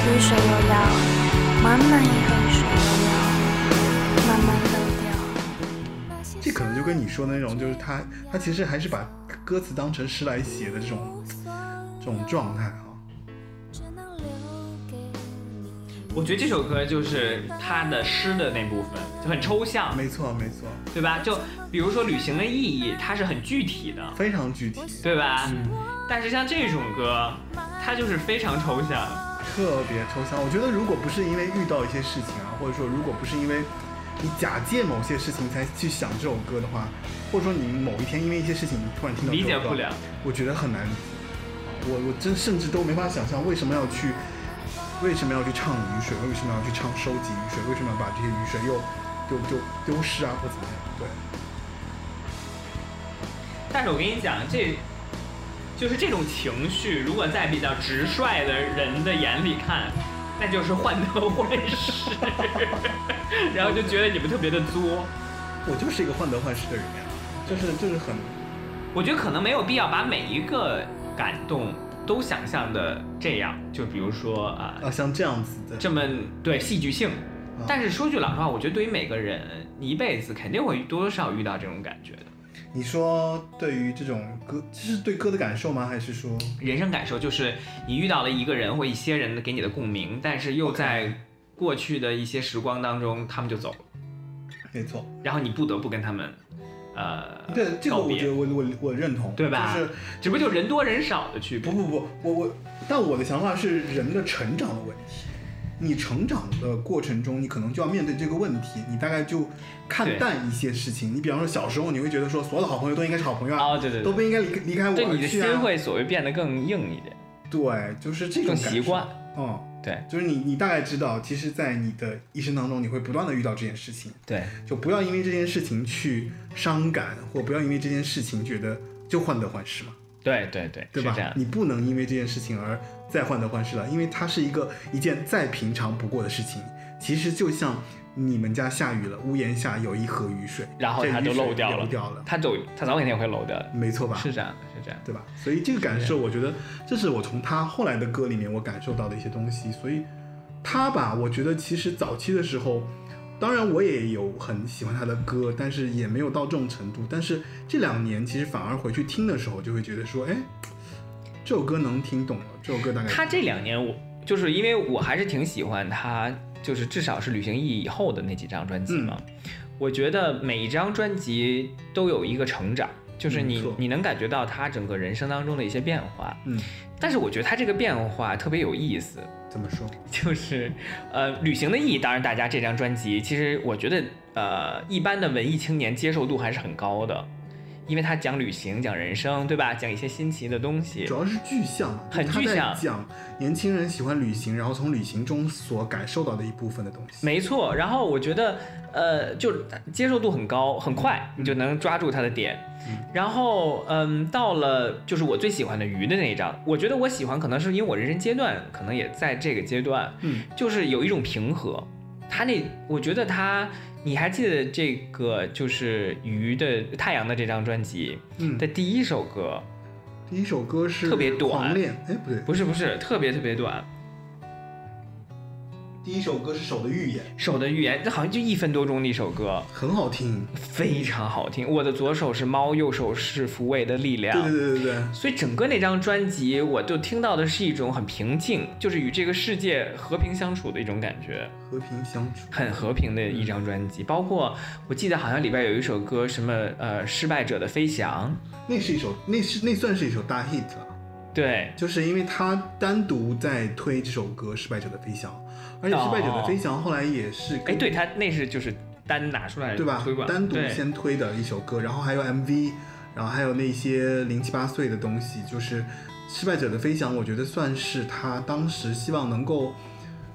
S3: 雨水又要满满一盒雨水又要慢慢漏掉。
S1: 这可能就跟你说的那种，就是他他其实还是把歌词当成诗来写的这种这种状态啊。
S3: 只能留给你
S1: 嗯
S2: 我觉得这首歌就是他的诗的那部分，就很抽象，
S1: 没错没错，
S2: 对吧？就比如说旅行的意义，它是很具体的，
S1: 非常具体，
S2: 对吧？嗯但是像这种歌，它就是非常抽象。
S1: 特别抽象。我觉得如果不是因为遇到一些事情啊，或者说如果不是因为你假借某些事情才去想这首歌的话，或者说你某一天因为一些事情你突然听到这首歌
S2: 理解不了，
S1: 我觉得很难。我我真甚至都没法想象为什么要去，为什么要去唱雨水，为什么要去唱收集雨水，为什么要把这些雨水又丢丢丢失啊或怎么样？对，
S2: 但是我跟你讲，这就是这种情绪，如果在比较直率的人的眼里看，那就是患得患失， *laughs* 然后就觉得你们特别的作。
S1: 我就是一个患得患失的人呀，就是就是很
S2: 我觉得可能没有必要把每一个感动都想象的这样，就比如说啊、
S1: 啊像这样子的，
S2: 这么对戏剧性
S1: 啊。
S2: 但是说句老实话，我觉得对于每个人，你一辈子肯定会多多少少遇到这种感觉的。
S1: 你说对于这种歌，这是对歌的感受吗？还是说
S2: 人生感受就是你遇到了一个人或一些人的给你的共鸣，但是又在过去的一些时光当中，他们就走了，
S1: 没错？
S2: 然后你不得不跟他们，呃，
S1: 对这个，
S2: 告
S1: 我觉
S2: 别
S1: 得，我我我认同，
S2: 对吧？
S1: 就是
S2: 只不过就人多人少的区别
S1: 不。不不，我我，但我的想法是人的成长的问题。你成长的过程中，你可能就要面对这个问题，你大概就看
S2: 对
S1: 淡一些事情。你比方说小时候，你会觉得说所有的好朋友都应该是好朋友啊，
S2: 哦，对对
S1: 都
S2: 对，
S1: 不应该离离开我
S2: 对
S1: 而
S2: 你的
S1: 去
S2: 心
S1: 啊。
S2: 会所谓变得更硬一点，
S1: 对，就是这种
S2: 更
S1: 感受
S2: 习惯。。
S1: 嗯，
S2: 对
S1: 就是你你大概知道，其实，在你的一生当中，你会不断的遇到这件事情。
S2: 对，
S1: 就不要因为这件事情去伤感，或不要因为这件事情觉得就患得患失嘛，
S2: 对对对，
S1: 对
S2: 是这
S1: 吧
S2: 样？。
S1: 你不能因为这件事情而再患得患失了，因为它是一个一件再平常不过的事情。其实就像你们家下雨了，屋檐下有一河雨水，
S2: 然后
S1: 这
S2: 它
S1: 雨
S2: 都
S1: 水
S2: 漏掉
S1: 流
S2: 了
S1: 掉了，
S2: 他走，他早晚一天会漏掉的，
S1: 没错吧？
S2: 是这样的，是这样的。
S1: 对吧？所以这个感受，我觉得这是我从他后来的歌里面我感受到的一些东西。所以他吧，我觉得其实早期的时候，当然我也有很喜欢他的歌，但是也没有到这种程度。但是这两年其实反而回去听的时候，就会觉得说，哎，这首歌能听懂了，这首歌大概
S2: 他这两年我就是因为我还是挺喜欢他，就是至少是《旅行意义》以后的那几张专辑
S1: 嗯
S2: 嘛。我觉得每一张专辑都有一个成长，就是
S1: 没
S2: 你
S1: 嗯错
S2: 你能感觉到他整个人生当中的一些变化。
S1: 嗯，
S2: 但是我觉得他这个变化特别有意思，
S1: 怎么说？
S2: 就是呃，旅行的意义。当然，大家这张专辑其实我觉得呃，一般的文艺青年接受度还是很高的，因为他讲旅行，讲人生，对吧？讲一些新奇的东西。
S1: 主要是具象嘛，
S2: 很
S1: 就他
S2: 具
S1: 在
S2: 象
S1: 讲年轻人喜欢旅行，然后从旅行中所感受到的一部分的东西。
S2: 没错，然后我觉得，呃，就接受度很高，很快你就能抓住它的点。然后，嗯，到了就是我最喜欢的鱼的那一张，我觉得我喜欢可能是因为我人生阶段可能也在这个阶段，
S1: 嗯，
S2: 就是有一种平和。他那，我觉得他，你还记得这个就是鱼的太阳的这张专辑
S1: 嗯
S2: 的，第一首歌，
S1: 第一首歌是
S2: 特别短
S1: 狂恋，哎，不对，
S2: 不是不是，特别特别短，
S1: 第一首歌是《手的预言》。
S2: 《手的预言》，这好像就一分多钟的一首歌，
S1: 很好听。
S2: 非常好听。我的左手是猫，右手是抚慰的力量。
S1: 对对对对对，
S2: 所以整个那张专辑，我就听到的是一种很平静，就是与这个世界和平相处的一种感觉，
S1: 和平相处。
S2: 很和平的一张专
S1: 嗯
S2: 辑。包括我记得好像里边有一首歌，什么呃，失败者的飞翔，
S1: 那是一首，那是那算是一首大 hit 了，
S2: 对，
S1: 就是因为他单独在推这首歌《失败者的飞翔》，而且《
S2: 哦
S1: 失败者的飞翔》后来也是跟
S2: 哎，对，他那是就是单拿出来
S1: 对吧
S2: 推广，，
S1: 单独
S2: 对
S1: 先推的一首歌，然后还有 MV，然后还有那些零七八碎的东西，就是《失败者的飞翔》，我觉得算是他当时希望能够，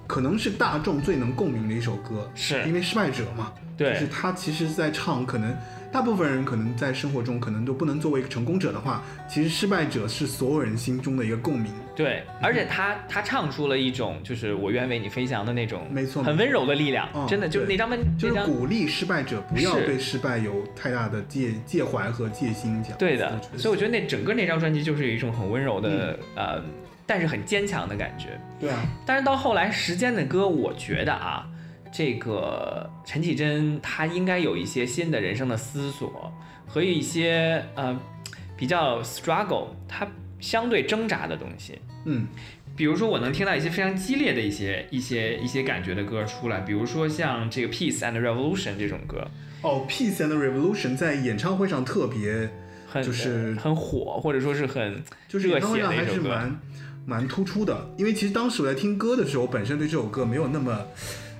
S1: 可能是大众最能共鸣的一首歌，
S2: 是
S1: 因为失败者嘛，
S2: 对
S1: 就是他其实在唱可能大部分人可能在生活中可能都不能作为一个成功者的话，其实失败者是所有人心中的一个共鸣。
S2: 对，而且他他唱出了一种就是我愿为你飞翔的那种，
S1: 没错
S2: 很温柔的力量，
S1: 嗯
S2: 真的就是
S1: 对
S2: 那张专
S1: 就
S2: 那
S1: 是
S2: 张
S1: 鼓励失败者不要
S2: 是
S1: 对失败有太大的戒戒怀和戒心，这样嗯
S2: 对
S1: 我
S2: 的
S1: 觉，得
S2: 所以我
S1: 是
S2: 觉得那整个那张专辑就是有一种很温柔的、呃，但是很坚强的感觉。
S1: 对啊，
S2: 但是到后来，《时间的歌》，我觉得啊，这个陈绮贞她应该有一些新的人生的思索和一些呃比较 struggle，她相对挣扎的东西。
S1: 嗯，
S2: 比如说，我能听到一些非常激烈的一些一些一些感觉的歌出来，比如说像这个《Peace and Revolution》这种歌，
S1: 哦，《Peace and the Revolution》在演唱会上特别，
S2: 很
S1: 就是
S2: 很火，或者说是很
S1: 就是演唱会上
S2: 热血
S1: 还
S2: 的一
S1: 是
S2: 首歌
S1: 蛮蛮突出的，因为其实当时我在听歌的时候，本身对这首歌没有那么。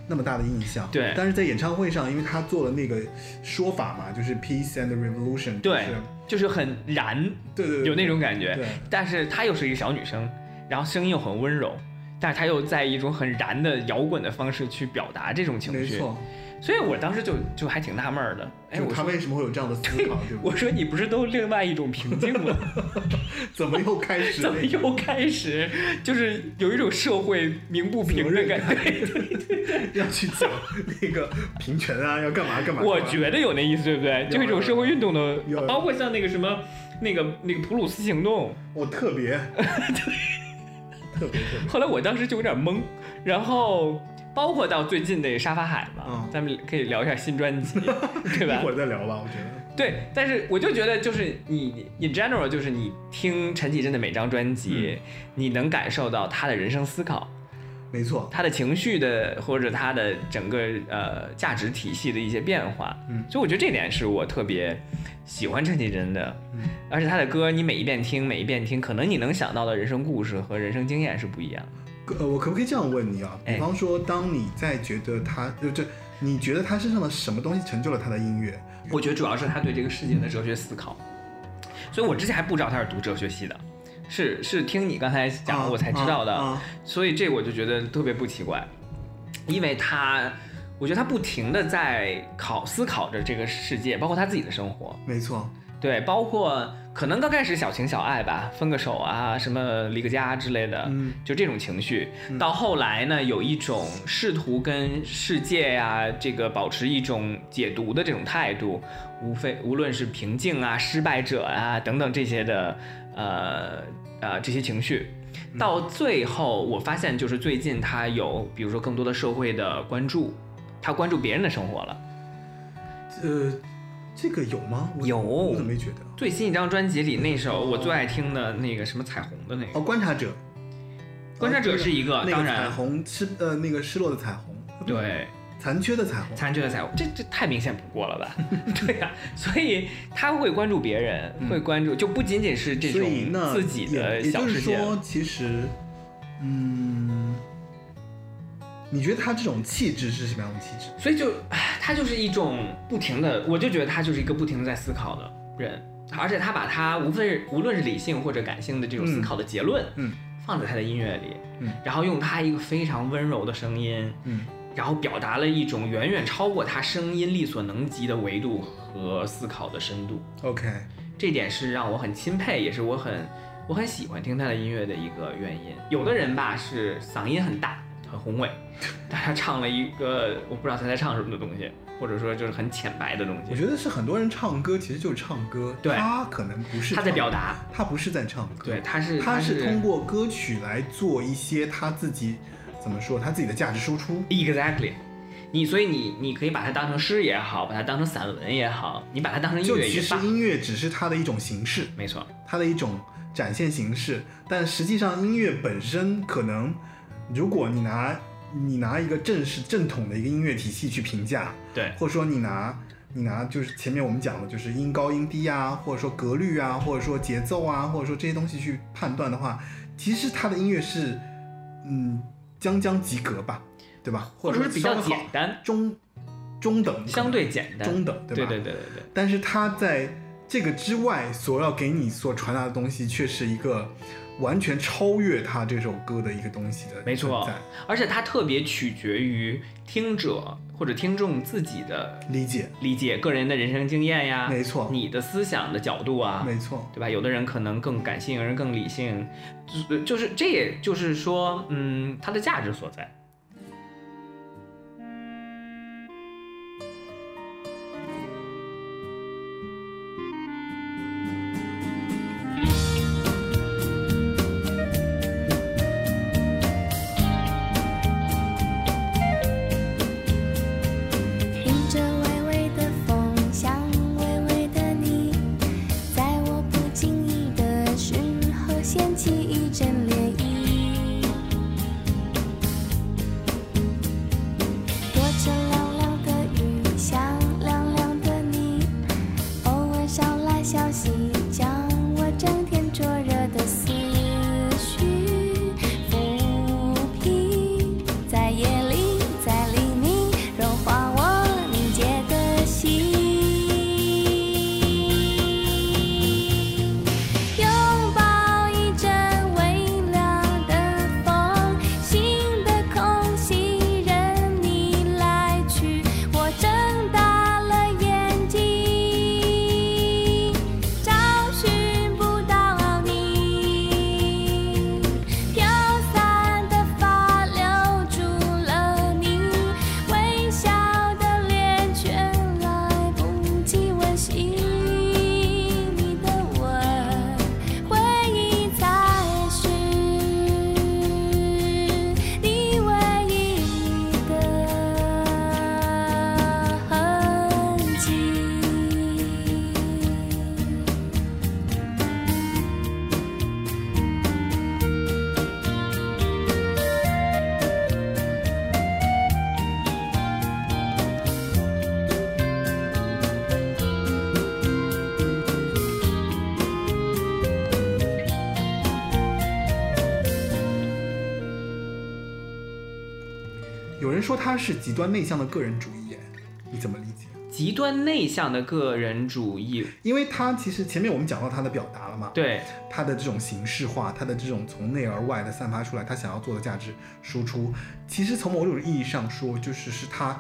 S1: 那么大的印象，
S2: 对
S1: 但是在演唱会上，因为他做了那个说法嘛，就是 peace and the revolution，
S2: 对
S1: 就是，
S2: 就是很燃，
S1: 对对对，
S2: 有那种感觉
S1: 对。
S2: 但是她又是一个小女生，然后声音又很温柔，但是她又在一种很燃的摇滚的方式去表达这种情
S1: 没
S2: 绪。
S1: 错，
S2: 所以我当时就就还挺纳闷儿的，哎，
S1: 就
S2: 我
S1: 他
S2: 说
S1: 为什么会有这样的思考，
S2: *laughs*
S1: 对不
S2: 我
S1: 对？
S2: 说你不是都另外一种平静
S1: *laughs*
S2: 吗？
S1: 怎么又开始那
S2: 怎
S1: 个？
S2: 么又开始就是有一种社会鸣不平的感
S1: *laughs*
S2: *laughs* 觉？
S1: 要去讲那个平权啊，要干嘛干嘛？
S2: 我
S1: 干嘛
S2: 觉得有那意思，对不对？就一种社会运动的
S1: 有有，
S2: 包括像那个什么那个那个普鲁斯行动，
S1: 我特别，特别特别，
S2: 后来我当时就有点懵，然后包括到最近的沙发海嘛，
S1: 嗯
S2: 咱们可以聊一下新
S1: *laughs*
S2: 专辑， *laughs* 对
S1: 一
S2: 吧
S1: 会？儿再聊吧，我觉得。
S2: 对，但是我就觉得就是你 in general 就是你听陈绮贞的每张专
S1: 嗯
S2: 辑，你能感受到她的人生思考，
S1: 没错，
S2: 她的情绪的或者她的整个呃价值体系的一些变化。
S1: 嗯
S2: 所以我觉得这点是我特别喜欢陈绮贞的，
S1: 嗯
S2: 而且她的歌你每一遍听每一遍听，可能你能想到的人生故事和人生经验是不一样的。
S1: 呃，我可不可以这样问你啊？比
S2: 哎
S1: 方说，当你在觉得他，就这，你觉得他身上的什么东西成就了他的音乐？
S2: 我觉得主要是他对这个世界的哲学思考，所以我之前还不知道他是读哲学系的，是是听你刚才
S1: 啊
S2: 讲我才知道的，
S1: 啊啊
S2: 所以这我就觉得特别不奇怪，因为他，我觉得他不停的在考思考着这个世界，包括他自己的生活，
S1: 没错，
S2: 对，包括可能刚开始小情小爱吧，分个手啊，什么离个家之类的，
S1: 嗯
S2: 就这种情绪。到后来呢，有一种试图跟世界呀、这个保持一种解读的这种态度，无非无论是平静啊、失败者啊等等这些的，呃呃这些情绪。到最后，我发现就是最近他有，比如说更多的社会的关注，他关注别人的生活了。
S1: 呃，这个有吗？我
S2: 有
S1: 我怎么没觉得？
S2: 最新一张专辑里那首我最爱听的那个什么彩虹的那个，
S1: 哦，观察者，
S2: 观察者是一个，
S1: 那
S2: 呃当
S1: 个彩
S2: 然
S1: 虹失呃那个失落的彩虹，
S2: 对
S1: 残缺的彩虹，
S2: 残缺的彩虹，这这太明显不过了吧？ *laughs* 对呀、所以他会关注别人，会关注就不仅仅是这
S1: 嗯所
S2: 种
S1: 以那
S2: 自己的
S1: 也也
S2: 小
S1: 就是
S2: 世界，
S1: 说，其实，嗯，你觉得他这种气质是什么样的气质？
S2: 所以就唉他就是一种不停的，我就觉得他就是一个不停的在思考的人，而且他把他无论无论是理性或者感性的这种思考的结论，
S1: 嗯
S2: 放在他的音乐里，
S1: 嗯
S2: 然后用他一个非常温柔的声音，
S1: 嗯
S2: 然后表达了一种远远超过他声音力所能及的维度和思考的深度，
S1: ，OK，
S2: 这点是让我很钦佩，也是我很我很喜欢听他的音乐的一个原因。有的人吧是嗓音很大很宏伟，但他唱了一个我不知道他在唱什么的东西，或者说就是很浅白的东
S1: 我
S2: 西，
S1: 觉得是很多人唱歌其实就是唱歌，
S2: 对
S1: 他可能不是
S2: 他在
S1: 唱
S2: 表，达，
S1: 他不是在唱歌，
S2: 对，，他是
S1: 他
S2: 是
S1: 是通过歌曲来做一些他自己怎么说他自己的价值输出，
S2: exactly。你所以你你可以把它当成诗也好，把它当成散文也好，你把它当成音
S1: 就
S2: 乐
S1: 其
S2: 也
S1: 实
S2: 罢，
S1: 音乐只是他的一种形式，
S2: 没错，
S1: 它的一种展现形式，但实际上音乐本身可能，如果你拿你拿一个正式正统的一个音乐体系去评价，
S2: 对
S1: 或者说你拿你拿就是前面我们讲的，就是音高音低啊，或者说格律啊，或者说节奏啊，或者说这些东西去判断的话，其实它的音乐是嗯将将及格吧，对吧？
S2: 或者
S1: 者
S2: 说是比较
S1: 稍微好
S2: 简单，
S1: 中中等，
S2: 相对简单，
S1: 中等，对吧？
S2: 对对对对对
S1: 但是他在这个之外所要给你所传达的东西，却是一个完全超越他这首歌的一个东西的
S2: 没错
S1: 存在
S2: 而且它特别取决于听者或者听众自己的
S1: 理解，
S2: 理解、个人的人生经验呀，
S1: 没错
S2: 你的思想的角度啊，
S1: 没错，
S2: 对吧？有的人可能更感性，有人更理性，就是就是这也就是说，嗯，它的价值所在。
S3: 迎着微微的风，想微微的你，在我不经意的时候掀起一阵涟漪。躲着凉凉的雨，想凉凉的你，偶尔捎来消息，将我整天灼热的思绪抚平，在夜里，在黎明，融化我凝结的心。拥抱一阵微凉的风，新的空气任你来去。我睁大了眼睛，找寻不到你。飘散的发留住了你，微笑的脸却来不及温习你的吻，回忆才是你唯一的痕迹。
S1: 有人说他是极端内向的个人主义耶，你怎么理解？
S2: 极端内向的个人主义，
S1: 因为他其实前面我们讲到他的表达了嘛，
S2: 对，
S1: 他的这种形式化，他的这种从内而外的散发出来，他想要做的价值输出，其实从某种意义上说，就是是他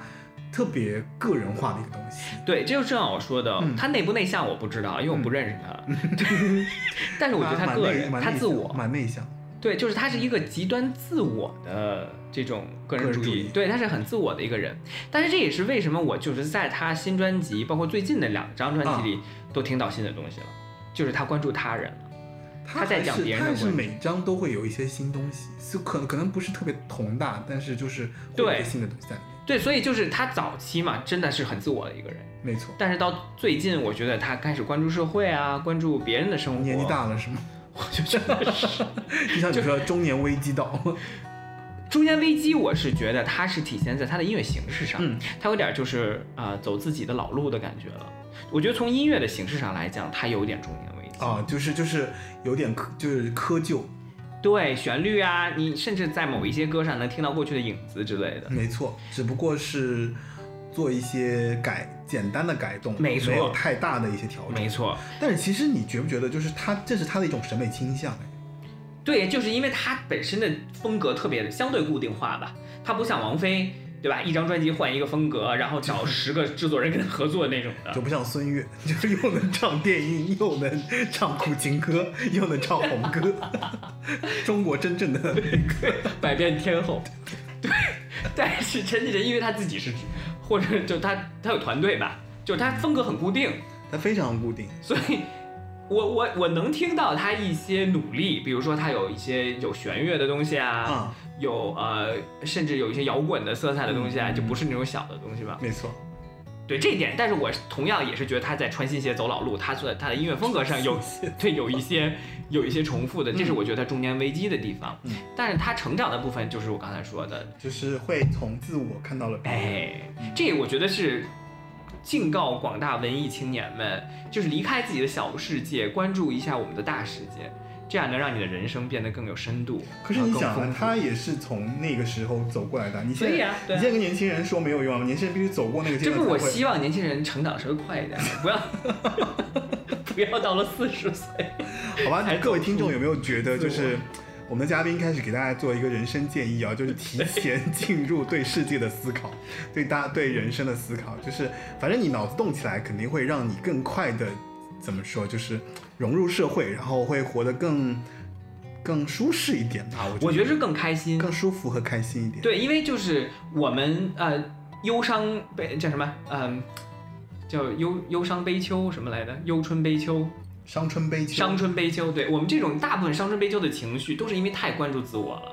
S1: 特别个人化的一个东西。
S2: 对，这就是像我说的，
S1: 嗯
S2: 他内不内向我不知道，因为我不认识他。 *laughs* 但是我觉得
S1: 他
S2: 他
S1: *laughs* 蛮
S2: 个
S1: 内
S2: 人，
S1: 蛮
S2: 他
S1: 内
S2: 自
S1: 向
S2: 我，
S1: 蛮内向。
S2: 对，就是他是一个极端自我的这种个人
S1: 个人
S2: 主
S1: 主
S2: 义
S1: 义，
S2: 对，他是很自我的一个人。但是这也是为什么我就是在他新专辑，包括最近的两张专
S1: 啊
S2: 辑里，都听到新的东西了，就是他关注他人了。他在
S1: 还
S2: 讲
S1: 是
S2: 别人的
S1: 他还是
S2: 观点
S1: 每张都会有一些新东西，是可能可能不是特别宏大，但是就是会有一些
S2: 对
S1: 新的东西在里面。
S2: 对，所以就是他早期嘛，真的是很自我的一个人。
S1: 没错，
S2: 但是到最近，我觉得他开始关注社会啊，关注别人的生活。
S1: 年纪，大了是吗？
S2: 我就觉得是。
S1: *laughs* 就像你说中年危机到，
S2: 中间危机，我是觉得它是体现在它的音乐形式上，
S1: 嗯，
S2: 它有点就是啊、呃走自己的老路的感觉了。我觉得从音乐的形式上来讲，它有点中年危机
S1: 啊，就是就是有点苛就是窠臼，
S2: 对旋律啊，你甚至在某一些歌上能听到过去的影子之类的。
S1: 没错，只不过是做一些改简单的改动，
S2: 没错
S1: 有太大的一些调整。
S2: 没错，
S1: 但是其实你觉不觉得，就是他这是他的一种审美倾向？哎
S2: 对，就是因为它本身的风格特别的相对固定化吧，它不像王菲，对吧？一张专辑换一个风格，然后找十个制作人跟他合作那种的
S1: 就。不像孙悦， *laughs* 就是又能唱电音，又能唱苦情歌， *laughs* 又能唱红歌， *laughs* 中国真正的 *laughs*
S2: 百变天后。对，但是陈绮贞因为她自己是，或者就她她有团队吧，就是她风格很固定，
S1: 他非常固定。
S2: 所以我我我能听到她一些努力，比如说她有一些有弦乐的东西啊，
S1: 啊、
S2: 有呃甚至有一些摇滚的色彩的东西啊，
S1: 嗯
S2: 就不是那种小的东西吧。
S1: 没错，
S2: 对这一点，但是我同样也是觉得她在穿新鞋走老路，她在她的音乐风
S1: *laughs*
S2: 格上有对有一些有一些重复的，这是我觉得她中年危机的地方。
S1: 嗯
S2: 但是她成长的部分就是我刚才说的，
S1: 就是会从自我看到了别人。
S2: 哎，
S1: 嗯
S2: 这我觉得是敬告广大文艺青年们，就是离开自己的小世界，关注一下我们的大世界，这样能让你的人生变得更有深度。
S1: 可是你
S2: 然
S1: 想
S2: 后更
S1: 啊，
S2: 丰富
S1: 他也是从那个时候走过来的。你现
S2: 所以
S1: 在、
S2: 啊对
S1: 你
S2: 啊
S1: 现在跟年轻人说没有用啊，年轻人必须走过那个阶
S2: 这
S1: 段
S2: 不
S1: 才
S2: 是
S1: 会。
S2: 我希望年轻人成长的时候快一点，不要 *laughs* 不要到了四十岁。
S1: 好吧
S2: 还，
S1: 各位听众
S2: 走出
S1: 有没有觉得就
S2: 自
S1: 是我们的嘉宾开始给大家做一个人生建议啊，就是提前进入对世界的思考， *laughs* 对大对人生的思考，就是反正你脑子动起来，肯定会让你更快的怎么说，就是融入社会，然后会活得更更舒适一点吧。我
S2: 我
S1: 觉
S2: 觉得是更开心，
S1: 更舒服和开心一点。
S2: 对，因为就是我们呃忧伤悲叫什么嗯、叫忧忧伤悲秋什么来着？忧春悲秋，
S1: 伤春悲秋，
S2: 伤春悲秋。对我们这种大部分伤春悲秋的情绪，都是因为太关注自我了。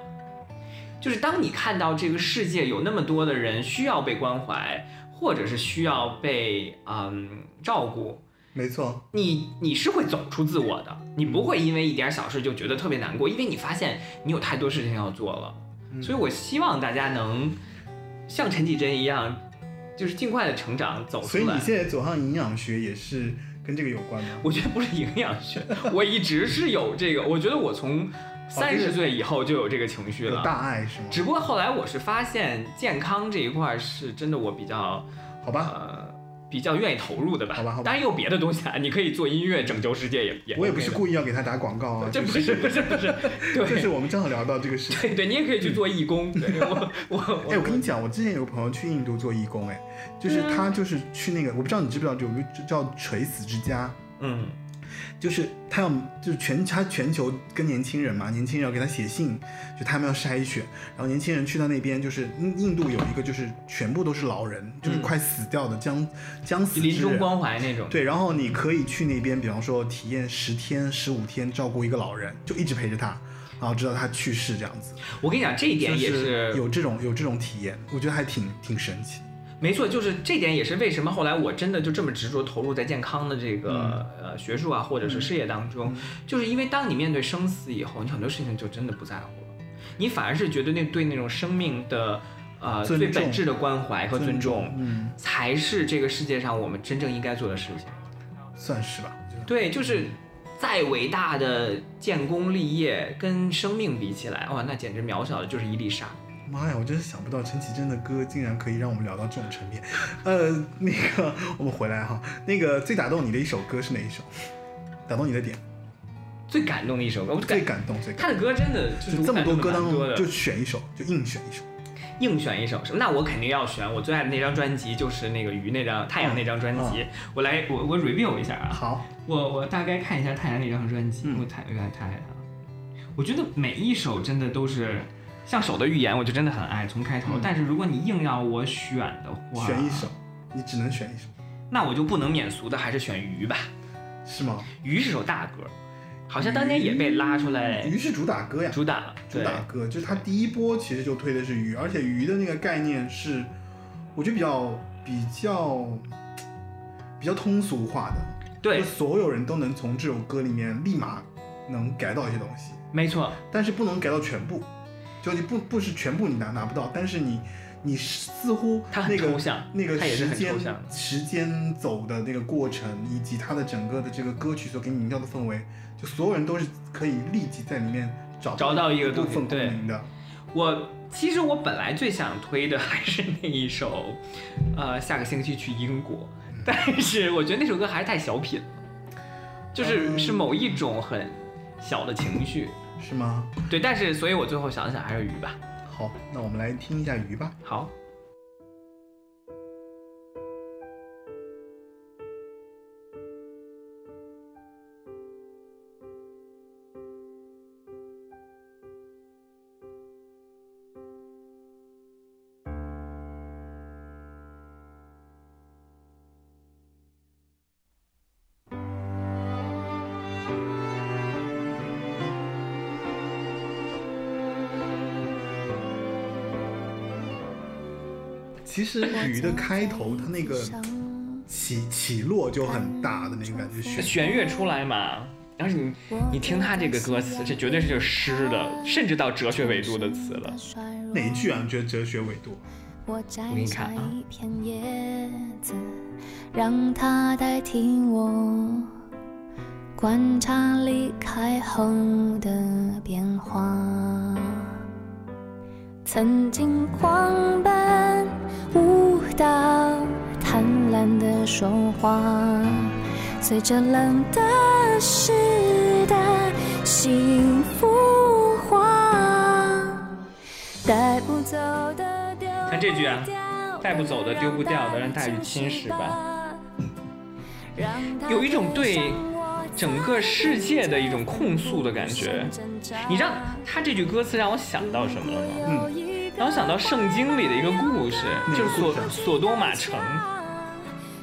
S2: 就是当你看到这个世界有那么多的人需要被关怀，或者是需要被嗯照顾，
S1: 没错，
S2: 你你是会走出自我的，你
S1: 嗯
S2: 不会因为一点小事就觉得特别难过，因为你发现你有太多事情要做了。
S1: 嗯
S2: 所以我希望大家能像陈绮贞一样，就是尽快的成长，走
S1: 所以
S2: 出来
S1: 你。现在走上营养学也是跟这个有关吗？
S2: 我觉得不是营养学，我一直是有这个，我觉得我从三十岁以后就有这个情绪
S1: 哦有
S2: 了。
S1: 大爱是吗？
S2: 只不过后来我是发现健康这一块儿是真的，我比较
S1: 好吧，
S2: 呃比较愿意投入的吧。
S1: 好吧好吧
S2: 当然也有别的东西啊，你可以做音乐拯救世界也也 OK 的。
S1: 我也不是故意要给他打广告啊，
S2: 这
S1: 就
S2: 不是不是不
S1: *laughs*
S2: 是，对，
S1: 就是我们正好聊到这个事情。
S2: *laughs* 对对，你也可以去做义工。对我我
S1: *laughs* 哎，我跟你讲，我之前有个朋友去印度做义工，哎，就是
S2: 对啊
S1: 他就是去那个，我不知道你知不知道，有个就叫垂死之家，
S2: 嗯，
S1: 就是他要就是全他全球跟年轻人嘛，年轻人要给他写信，就他们要筛选，然后年轻人去到那边，就是印印度有一个就是全部都是老人，就是快死掉的将将死
S2: 嗯临
S1: 之
S2: 终
S1: 人。
S2: 关怀那种。
S1: 对，然后你可以去那边，比方说体验十天、十五天照顾一个老人，就一直陪着他，然后直到他去世这样子。
S2: 我跟你讲，这一点也
S1: 就是有这种有这种体验，我觉得还挺挺神奇的。
S2: 没错，就是这点也是为什么后来我真的就这么执着投入在健康的这个、
S1: 嗯
S2: 呃学术啊，或者是事业当中，就是因为当你面对生死以后，你很多事情就真的不在乎了，你反而是觉得那对那种生命的呃
S1: 尊
S2: 最
S1: 重
S2: 本质的关怀和尊重，
S1: 嗯，
S2: 才是这个世界上我们真正应该做的事情。
S1: 算是吧。我觉得
S2: 对，就是再伟大的建功立业，跟生命比起来，哇，那简直渺小的就是一粒沙。
S1: 妈呀，我真是想不到陈绮贞的歌竟然可以让我们聊到这种层面。呃，那个我们回来哈，那个最打动你的一首歌是哪一首？打动你的点，
S2: 最感动的一首歌，我感
S1: 最感动，最感
S2: 他的歌真的就是
S1: 就这么
S2: 我
S1: 多
S2: 感动
S1: 歌当
S2: 蛮多
S1: 中，
S2: 的
S1: 就选一首，就硬选一首。
S2: 硬选一首什么？那我肯定要选我最爱的那张专辑，就是那个鱼那张太阳那张专辑。我来，我我 review 一下啊，
S1: 嗯好，
S2: 我我大概看一下太阳那张专辑，
S1: 嗯
S2: 我太原来太爱它。我觉得每一首真的都是像《手的预言》，我就真的很爱，从开头。
S1: 嗯
S2: 但是如果你硬要我选的话，
S1: 选一首，，你只能选一首，
S2: 那我就不能免俗的还是选鱼吧。
S1: 是吗？
S2: 鱼是首大歌，好像当年也被拉出来
S1: 鱼是主打歌呀，
S2: 哎主打了。
S1: 主
S2: 对，
S1: 打歌，就是它第一波其实就推的是鱼，而且鱼的那个概念是，我觉得比较比较比较通俗化的，
S2: 对
S1: 就，所有人都能从这首歌里面立马能 get 到一些东西，
S2: 没错。
S1: 但是不能 get 到全部，就你不不是全部你拿拿不到，但是你你似乎
S2: 它很
S1: 那个
S2: 抽象
S1: 那个
S2: 它也是
S1: 时
S2: 很
S1: 间
S2: 抽象的
S1: 时间走的那个过程，以及它的整个的这个歌曲所给你营造的氛围，就所有人都是可以立即在里面找
S2: 找到一个
S1: 部
S2: 东西
S1: 分共
S2: 对
S1: 鸣的。
S2: 我其实我本来最想推的还是那一首，呃，下个星期去英国，
S1: 嗯
S2: 但是我觉得那首歌还是太小品了，就是
S1: 嗯
S2: 是某一种很小的情绪。
S1: 是吗？
S2: 对，但是所以我最后想想还是鱼吧。
S1: 好，那我们来听一下鱼吧。
S2: 好，
S1: 其实鱼的开头，它那个起起落就很大的那个感觉，
S2: 这
S1: 旋
S2: 弦乐出来嘛，然后你你听他这个歌词，这绝对是就是诗的，甚至到哲学维度的词了。
S1: 哪一句啊？你觉得哲学维度？
S3: 我摘
S2: 我给你
S3: 下
S2: 看啊
S3: 一片叶子，让它代替我观察离开后的变化。曾经狂奔、舞蹈、贪婪的说话，随着冷的湿的幸福化，带不走的丢
S2: 看这句啊
S3: 不掉
S2: 带不走的丢不掉的让大雨侵蚀吧。有一种对整个世界的一种控诉的感觉。你知道他这句歌词让我想到什么了吗？
S3: 嗯
S2: 让我想到圣经里的一个故事，
S1: 哪个
S2: 就是
S1: 故事啊
S2: 索索多玛城，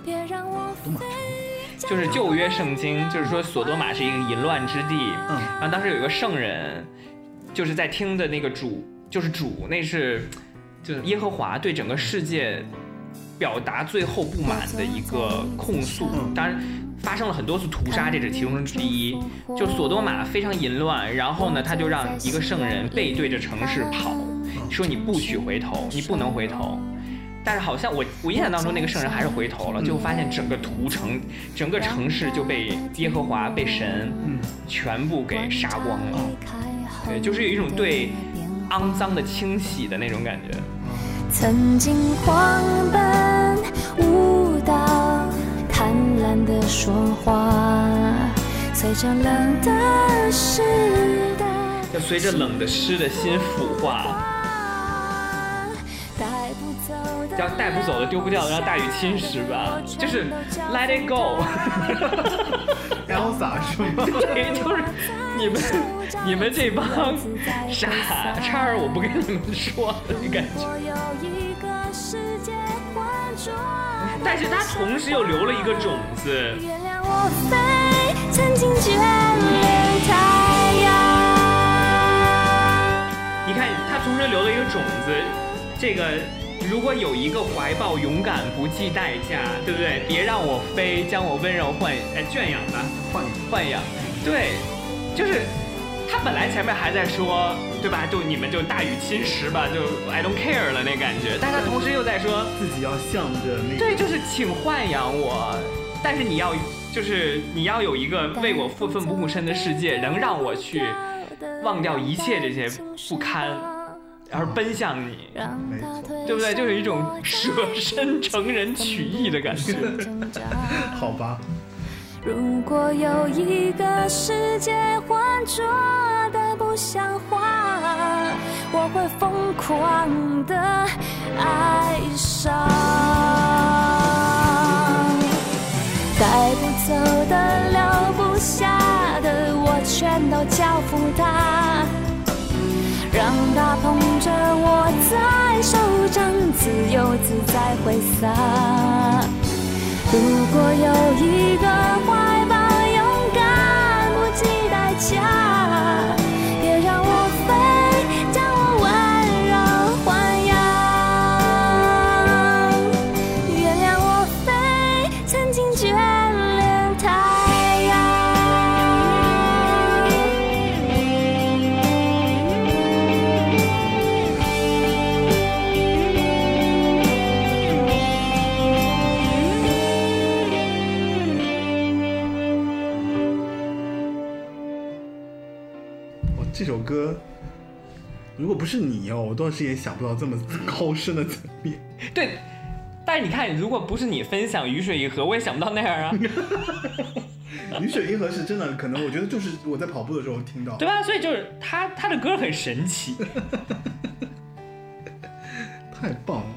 S3: 别让我
S1: 多玛城
S2: 就是旧约圣经，就是说索多玛是一个淫乱之地。
S1: 嗯
S2: 然后当时有一个圣人，就是在听的那个主，就是主，那是就是耶和华对整个世界表达最后不满的一个控诉。
S1: 嗯
S2: 当然，发生了很多次屠杀，这是其中之一。就索多玛非常淫乱，然后呢，他就让一个圣人背对着城市跑，说你不许回头，你不能回头。但是好像我我印象当中那个圣人还是回头了，
S1: 嗯
S2: 最后发现整个屠城，整个城市就被耶和华被神
S1: 嗯，
S2: 全部给杀光了。对，
S3: 对，
S2: 就
S3: 就是
S2: 有一
S3: 是有一
S2: 种
S3: 种
S2: 对
S3: 对
S2: 肮脏的清洗的那种感觉。
S3: 曾经狂奔舞蹈，贪婪的说话，随着冷的湿的
S2: 要随着冷的湿的心腐化， *laughs*
S3: 话，带不走的
S2: 要带不走的丢不掉的让大雨侵蚀吧，就是 let it go。
S1: ，Elsa 是吗？
S2: 对，就是你
S3: *laughs*
S2: 们你们这帮傻叉儿，我不跟你们说了，这感
S3: *laughs*
S2: 觉。
S3: 我有一个世界浑浊。
S2: 但是它同时又留了一个种子，
S3: 原谅我飞，曾经眷恋太阳。
S2: 你看，它同时留了一个种子，这个如果有一个怀抱勇敢不计代价，对不对？别让我飞，将我温柔豢哎圈养吧，
S1: 换一个，
S2: 豢养。对，就是他本来前面还在说，对吧？就你们就大雨侵蚀吧，就 I don't care 了那感觉，但他同时又在说，
S1: 自己要向着那个。
S2: 对，就是请豢养我，但是你要就是你要有一个为我愤愤不顾身的世界，能让我去忘掉一切这些不堪，而奔向你。
S1: 没
S3: 没
S1: 错
S2: 对不对？就是一种舍身成人取义的感觉。
S1: 好吧，
S3: 如果有一个世界浑浊的不像话，我会疯狂的爱上。带不走的、留不下的，我全都交付他，让他捧着我在手掌，自由自在挥洒。如果有一个怀抱勇敢不计代价，别让我飞，将我温柔豢养。原谅我飞，曾经眷恋太阳。
S1: 我哦这首歌，如果不是你哦，我当时也想不到这么高深的层面。
S2: *laughs* 对，但是你看，如果不是你分享雨水一河，我也想不到那 *laughs* 样啊，
S1: 雨水一河是真的，可能我觉得就是我在跑步的时候听到。
S2: 对吧？所以就是他他的歌很神奇。
S1: 太棒了！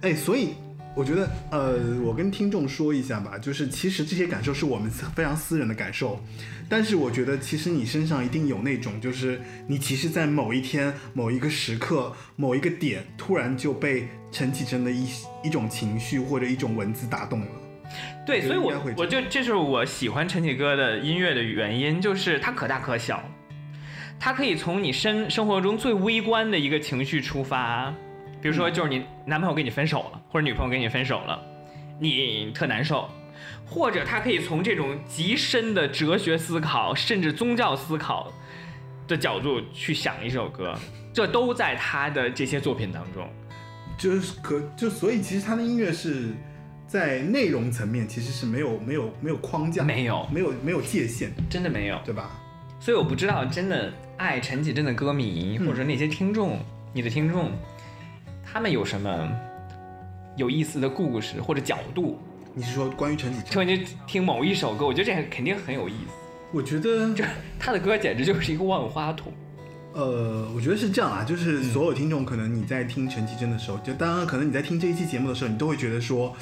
S1: 哎，所以我觉得，呃，我跟听众说一下吧，就是其实这些感受是我们非常私人的感受，但是我觉得其实你身上一定有那种，就是你其实，在某一天、某一个时刻、某一个点，突然就被陈绮贞的一一种情绪或者一种文字打动了。
S2: 对，
S1: 我觉
S2: 所
S1: 得
S2: 以我
S1: 应该会这样
S2: 我就这是我喜欢陈绮歌的音乐的原因，就是它可大可小，它可以从你生生活中最微观的一个情绪出发，比如说
S1: 嗯
S2: 就是你男朋友跟你分手了，或者女朋友跟你分手了，你特难受。或者它可以从这种极深的哲学思考，甚至宗教思考的角度去想一首歌，这都在他的这些作品当中。
S1: 就是可就所以，其实他的音乐是在内容层面其实是没有没有没有框架，
S2: 没有
S1: 没有没有界限，
S2: 真的没有，
S1: 对吧？
S2: 所以我不知道，真的爱陈绮贞的歌迷，
S1: 嗯
S2: 或者那些听众，你的听众，他们有什么有意思的故事或者角度，
S1: 你是说关于陈绮贞？
S2: 陈绮贞听某一首歌，我觉得这肯定很有意思。
S1: 我觉得
S2: 就他的歌简直就是一个万花筒。
S1: 呃，我觉得是这样啊，就是所有听众可能你在听陈绮贞的时候，就当然可能你在听这一期节目的时候，你都会觉得说，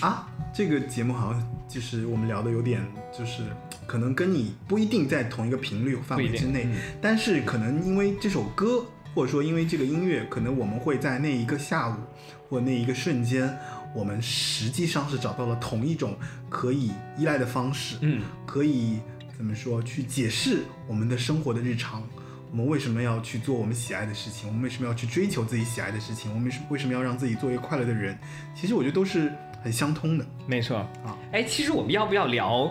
S1: 啊，这个节目好像就是我们聊的有点，就是可能跟你不一定在同一个频率范围之内，但是可能因为这首歌，或者说因为这个音乐，可能我们会在那一个下午或那一个瞬间。我们实际上是找到了同一种可以依赖的方式，
S2: 嗯，
S1: 可以怎么说去解释我们的生活的日常，我们为什么要去做我们喜爱的事情，我们为什么要去追求自己喜爱的事情，我们为什么要让自己做一个快乐的人？其实我觉得都是很相通的。
S2: 没错啊，哎，其实我们要不要聊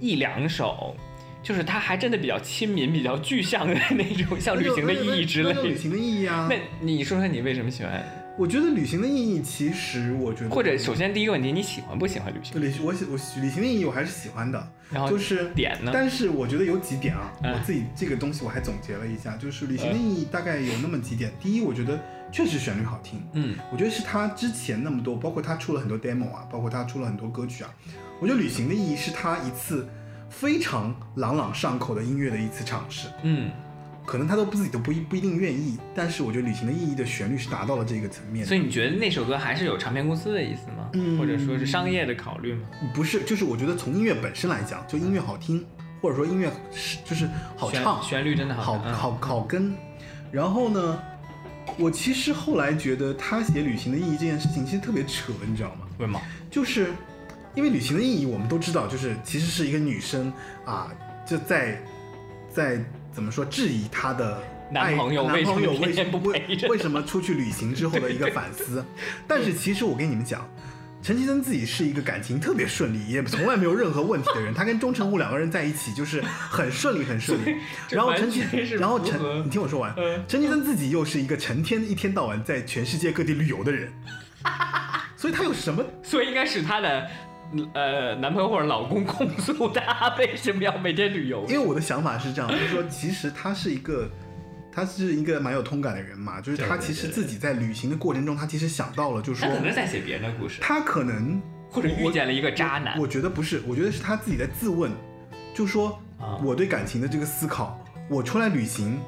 S2: 一两首？就是它还真的比较亲民、比较具象的那种，像旅行的意义之类
S1: 那就旅
S2: 的。
S1: *laughs* 行的意义啊
S2: 那，你说说你为什么喜欢？
S1: 我觉得旅行的意义，其实我觉得
S2: 或者首先第一个问题，你喜欢不喜欢旅行？
S1: 旅我喜我喜旅行的意义我还是喜欢的，
S2: 然后
S1: 就是
S2: 点呢？
S1: 但是我觉得有几点啊，
S2: 嗯
S1: 我自己这个东西我还总结了一下，就是旅行的意义大概有那么几点。第一，我觉得确实旋律好听，
S2: 嗯，
S1: 我觉得是他之前那么多，包括他出了很多 demo 啊，包括他出了很多歌曲啊，我觉得旅行的意义是他一次非常朗朗上口的音乐的一次尝试。
S2: 嗯，
S1: 可能他都不自己都不一不一定愿意，但是我觉得旅行的意义的旋律是达到了这个层面的
S2: 所。以你觉得那首歌还是有唱片公司的意思吗？
S1: 嗯
S2: 或者说是商业的考虑吗？
S1: 不是，就是我觉得从音乐本身来讲，就音乐好听，或者说音乐是就是好
S2: 旋
S1: 唱，
S2: 旋律真的好
S1: 好
S2: 听嗯
S1: 好好跟。然后呢，我其实后来觉得他写旅行的意义这件事情其实特别扯，你知道吗？
S2: 为毛？
S1: 就是因为旅行的意义，我们都知道，就是其实是一个女生啊，就在在怎么说质疑她的
S2: 男
S1: 爱
S2: 朋友
S1: 男
S2: 为什么
S1: 朋友为
S2: 天
S1: 什
S2: 天
S1: 么
S2: 不陪着
S1: 为为什么出去旅行之后的一个反思。但是其实我跟你们讲。陈绮贞自己是一个感情特别顺利，也从来没有任何问题的人。她跟钟成武两个人在一起就是很顺利，很顺利。
S2: 这
S1: 然后陈绮
S2: 完全，是
S1: 然后
S2: 符
S1: 陈
S2: 合，
S1: 你听我说完
S2: 嗯。
S1: 陈绮贞自己又是一个成天一天到晚在全世界各地旅游的人，所以她有什么
S2: 所以应该是她的呃男朋友或者老公控诉她 *laughs* 为什么要每天旅游？
S1: 因为我的想法是这样，就是说，其实他是一个，他是一个蛮有通感的人嘛，就是
S2: 对
S1: 他
S2: 对
S1: 其实
S2: 对
S1: 自己在旅行的过程中，他其实想到了，就是
S2: 她
S1: 说
S2: 可能在写别人的故事，
S1: 他可能
S2: 或者遇见了一个渣男
S1: 我，。我觉得不是，我觉得是他自己在自问，就说
S2: 啊
S1: 我对感情的这个思考，我出来旅行，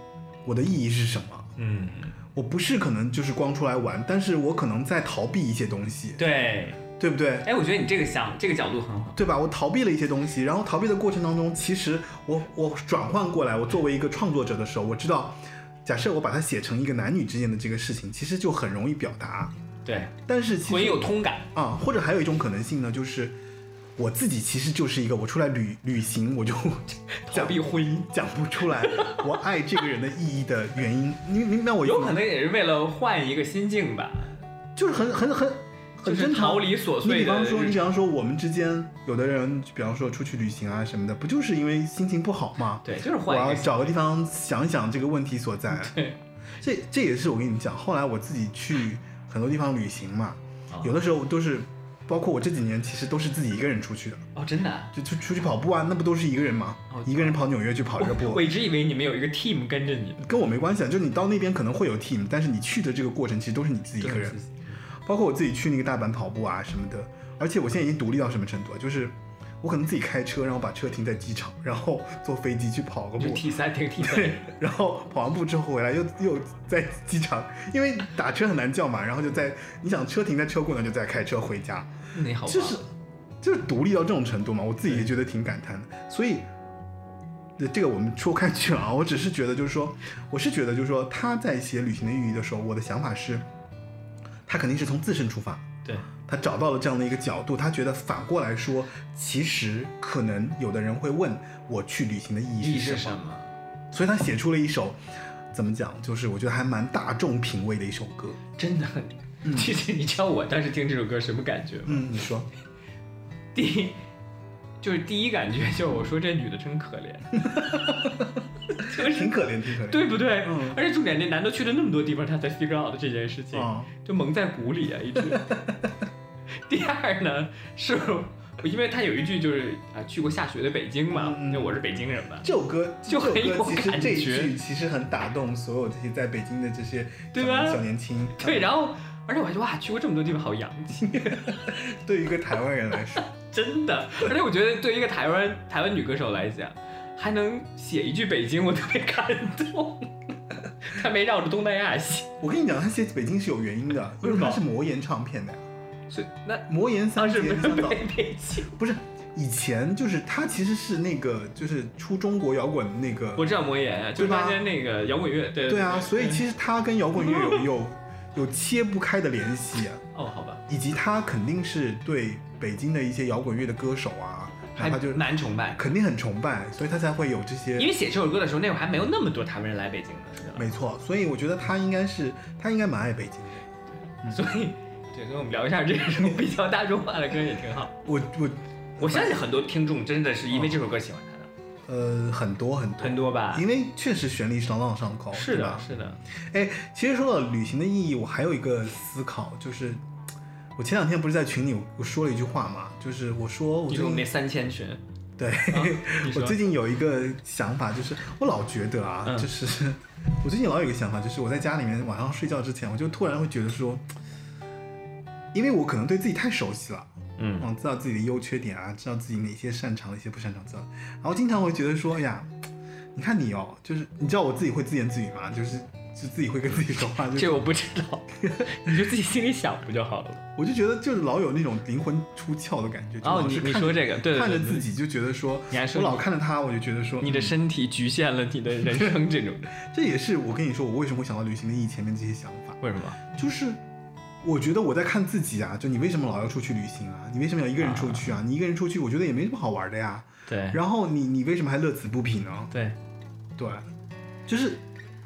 S1: 我的意义是什么？
S2: 嗯，
S1: 我不是可能就是光出来玩，但是我可能在逃避一些东西，
S2: 对。
S1: 对不对？
S2: 哎，我觉得你这个想这个角度很好。
S1: 对吧？我逃避了一些东西，然后逃避的过程当中，其实我我转换过来，我作为一个创作者的时候，我知道，假设我把它写成一个男女之间的这个事情，其实就很容易表达。
S2: 对，
S1: 但是其
S2: 很
S1: 实
S2: 有通感。
S1: 啊、或者还有一种可能性呢，就是我自己其实就是一个我出来旅旅行，我就 *laughs*
S2: 逃避婚姻，
S1: 讲不出来我爱这个人的意义的原因。你你明白我意思
S2: 有
S1: 吗
S2: 可能也是为了换一个心境吧。
S1: 就是很很很很
S2: 就是
S1: 正常，
S2: 逃离琐碎的
S1: 你比方说，
S2: 日
S1: 你比方说我们之间有的人，比方说出去旅行啊什么的，不就是因为心情不好吗？
S2: 对，就是
S1: 我
S2: 换
S1: 要
S2: 一个。
S1: 找个地方想想这个问题所在。
S2: 对，
S1: 这这也是我跟你们讲，后来我自己去很多地方旅行嘛，
S2: 啊
S1: 有的时候都是，包括我这几年其实都是自己一个人出去的，
S2: 哦，真的啊、
S1: 就出出去跑步啊，那不都是一个人吗
S2: 哦？
S1: 一个人跑纽约去跑这个
S2: 我
S1: 步
S2: 我。一直以为你们有一个 team 跟着你，
S1: 跟我没关系啊，就是你到那边可能会有 team，但是你去的这个过程其实都是你自己一个人。包括我自己去那个大阪跑步啊什么的，而且我现在已经独立到什么程度啊？就是我可能自己开车，然后把车停在机场，然后坐飞机去跑个
S2: 就
S1: 步，
S2: T 三这个 T 三
S1: 对， *laughs* 然后跑完步之后回来又又在机场，因为打车很难叫嘛，然后就在你想车停在车库呢，就再开车回家，
S2: 你好棒，
S1: 就是就是独立到这种程度嘛，我自己也觉得挺感叹的。所以，呃这个我们说开去了啊，我只是觉得就是说，我是觉得就是说他在写旅行的寓意的时候，我的想法是，他肯定是从自身出发，
S2: 对，
S1: 他找到了这样的一个角度，他觉得反过来说，其实可能有的人会问我去旅行的意
S2: 意
S1: 义
S2: 义
S1: 是
S2: 是
S1: 什
S2: 什
S1: 么，
S2: 么？
S1: 所以他写出了一首怎么讲，就是我觉得还蛮大众品味的一首歌。
S2: 真的很，其实你知道我当时听这首歌什么感觉吗？
S1: 嗯嗯，你说，
S2: 第一，就是第一感觉就是我说这女的真可怜，
S1: 嗯
S2: 就是
S1: 挺可怜，挺可怜。
S2: 对不对？
S1: 嗯
S2: 而且重点，这男的去了那么多地方，他才 figure out 这件事情，
S1: 啊、
S2: 就蒙在鼓里啊，
S1: *laughs*
S2: 一直。第二呢，是我因为他有一句就是啊，去过下雪的北京嘛，
S1: 嗯嗯
S2: 那、我是北京人嘛，
S1: 这首歌，
S2: 就很
S1: 这首歌
S2: 有
S1: 其实
S2: 感
S1: 这一
S2: 觉
S1: 句其实很打动所有这些在北京的这些
S2: *laughs* 对
S1: 小
S2: 吧
S1: 小年轻。
S2: 对，然后而且我还觉得哇，去过这么多地方好洋气，
S1: 对于一个台湾人来说，
S2: 真的。而且我觉得对于一个台湾台湾女歌手来讲，还能写一句北京，我特别感动。 *laughs* 她没绕着东南亚写，
S1: 我跟你讲，他写北京是有原因的，因为他是魔岩唱片的呀，
S2: 所以那
S1: 魔岩
S2: 当
S1: 三
S2: 时
S1: 杰
S2: 没
S1: 香
S2: 有
S1: 港
S2: 被 *laughs* 北京。
S1: 不是。以前就是他其实是那个就是出中国摇滚的那个
S2: 我知道魔岩，就
S1: 对
S2: 是
S1: 吧
S2: 发现那个摇滚乐，对
S1: 对啊，所以其实他跟摇滚乐有有有切不开的联系、啊，
S2: 哦，好吧，
S1: 以及他肯定是对北京的一些摇滚乐的歌手啊，还有他就
S2: 难崇拜，
S1: 肯定很崇拜，所以他才会有这
S2: 因
S1: 些。
S2: 为写这首歌的时候，那会儿还没有那么多台湾人来北京呢，说真的。
S1: 没错，所以我觉得他应该是他应该蛮爱北京的。
S2: 所以，对，所以我们聊一下这种比较大众化的歌也挺好。
S1: 我我
S2: *laughs* 我相信很多听众真的是因为这首歌喜欢他的，
S1: 呃很多很多
S2: 很多吧？
S1: 因为确实旋律朗朗上口，
S2: 是
S1: 对
S2: 的，
S1: 吧？
S2: 是的，
S1: 哎，其实说到旅行的意义，我还有一个思考，就是我前两天不是在群里我说了一句话嘛，就是我说我
S2: 你
S1: 最
S2: 用
S1: 近
S2: 那三千群，
S1: 对，
S2: 啊 *laughs*
S1: *laughs*
S2: 你
S1: 我
S2: 说
S1: 最近有一个想法，就是我老觉得啊，
S2: 嗯
S1: 就是 *laughs* 我最近老有一个想法，就是我在家里面晚上睡觉之前，我就突然会觉得说，因为我可能对自己太熟悉了，
S2: 嗯，
S1: 嗯，知道自己的优缺点啊，知道自己哪些擅长，哪些不擅长，知道，然后经常会觉得说，哎呀，你看你哦，就是你知道我自己会自言自语吗？就是就自己会跟自己说话，就是
S2: 这我不知 *laughs* 道，你就自己心里想不就好了吗？
S1: 我就觉得就是老有那种灵魂出窍的感觉。就
S2: 哦
S1: 老
S2: 你
S1: 是
S2: 你
S1: 看
S2: 说
S1: 着
S2: 这个对对
S1: 看着
S2: 对
S1: 自己就觉得说，
S2: 你还说
S1: 我
S2: 你
S1: 老看着他，我就觉得说，嗯
S2: 你的身体局限了你的人生这 *laughs* 种，
S1: 这也是我跟你说，我为什么会想到旅行的意义前面这些想法，
S2: 为什么？
S1: 就是我觉得我在看自己啊，就你为什么老要出去旅行啊？你为什么要一个人出去啊？你一个人出去，我觉得也没什么好玩的呀。
S2: 对，
S1: 然后你你为什么还乐此不疲呢？
S2: 对，
S1: 对，就是，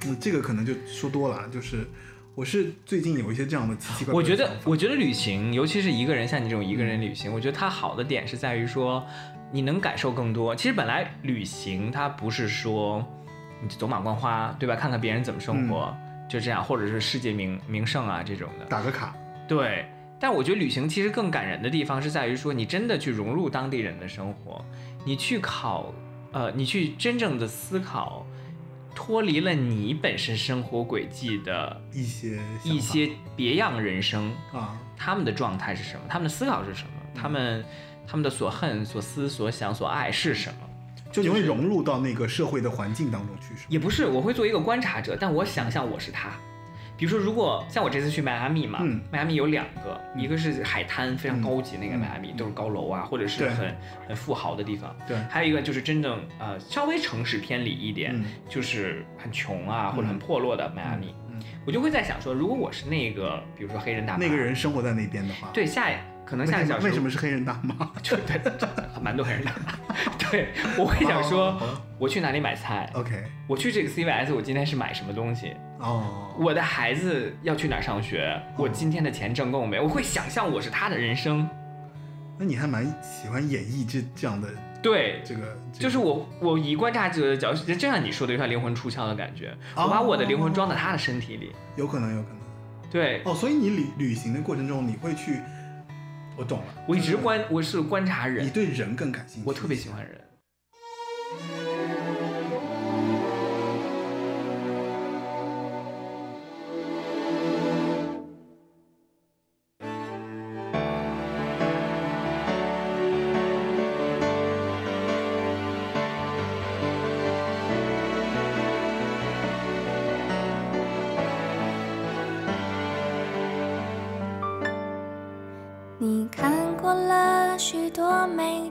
S1: 嗯，这个可能就说多了，啊就是我是最近有一些这样的奇奇怪怪
S2: 我觉
S1: 的想
S2: 得
S1: 法，，
S2: 我觉得旅行，尤其是一个人，像你这种一个人旅行，我觉得它好的点是在于说，你能感受更多。其实本来旅行它不是说你走马观花，对吧？看看别人怎么生活，就这样，或者是世界名名胜啊这种的，
S1: 打个卡，
S2: 对。但我觉得旅行其实更感人的地方是在于说，你真的去融入当地人的生活，你去考，呃，你去真正的思考，脱离了你本身生活轨迹的
S1: 一些想
S2: 一
S1: 法
S2: 些别样人生。
S1: 啊，
S2: 他们的状态是什么，他们的思考是什么，他们他们的所恨、所思、所想、所爱是什么？
S1: 就你会融入到那个社会的环境当中去，是吗？
S2: 也不是，我会做一个观察者，但我想象我是他。比如说，如果像我这次去迈阿密嘛
S1: 嗯，
S2: 迈阿密有两个，一个是海滩，非常
S1: 嗯
S2: 高级那个
S1: 嗯
S2: 迈阿密，都是高楼啊，或者是
S1: 对
S2: 很很富豪的地方。
S1: 对
S2: 还有一个就是真正呃稍微城市偏离一点
S1: 嗯，
S2: 就是很穷啊或者
S1: 嗯
S2: 很破落的迈阿密，
S1: 嗯，
S2: 我就会在想说，如果我是那个，比如说黑人大妈，
S1: 那个人生活在那边的话，
S2: 对下一可能
S1: 为
S2: 下个
S1: 什么，
S2: 小时
S1: 为什么是黑人大妈？
S2: 就对，蛮多人的。 *laughs* 对，我会 *laughs* 想说，我去哪里买菜？
S1: 哦 OK，
S2: 我去这个 CVS，我今天是买什么东西？
S1: 哦，
S2: 我的孩子要去哪儿上学？我今天的钱挣够没？我会想象我是他的人生。
S1: 那你还蛮喜欢演绎这这样的
S2: 对，
S1: 这个，这个
S2: 就是我，我以观察者的角度，就像你说的，有点灵魂出窍的感觉。我把我的灵魂装到他的身体里。
S1: 有可能，有可能。
S2: 对，
S1: 哦，所以你旅旅行的过程中，你会去，我懂了，
S2: 我一直
S1: 就是
S2: 观，我是观察
S1: 你
S2: 人，
S1: 对人更感兴趣，
S2: 我特别喜欢人。
S3: 你看过了许多美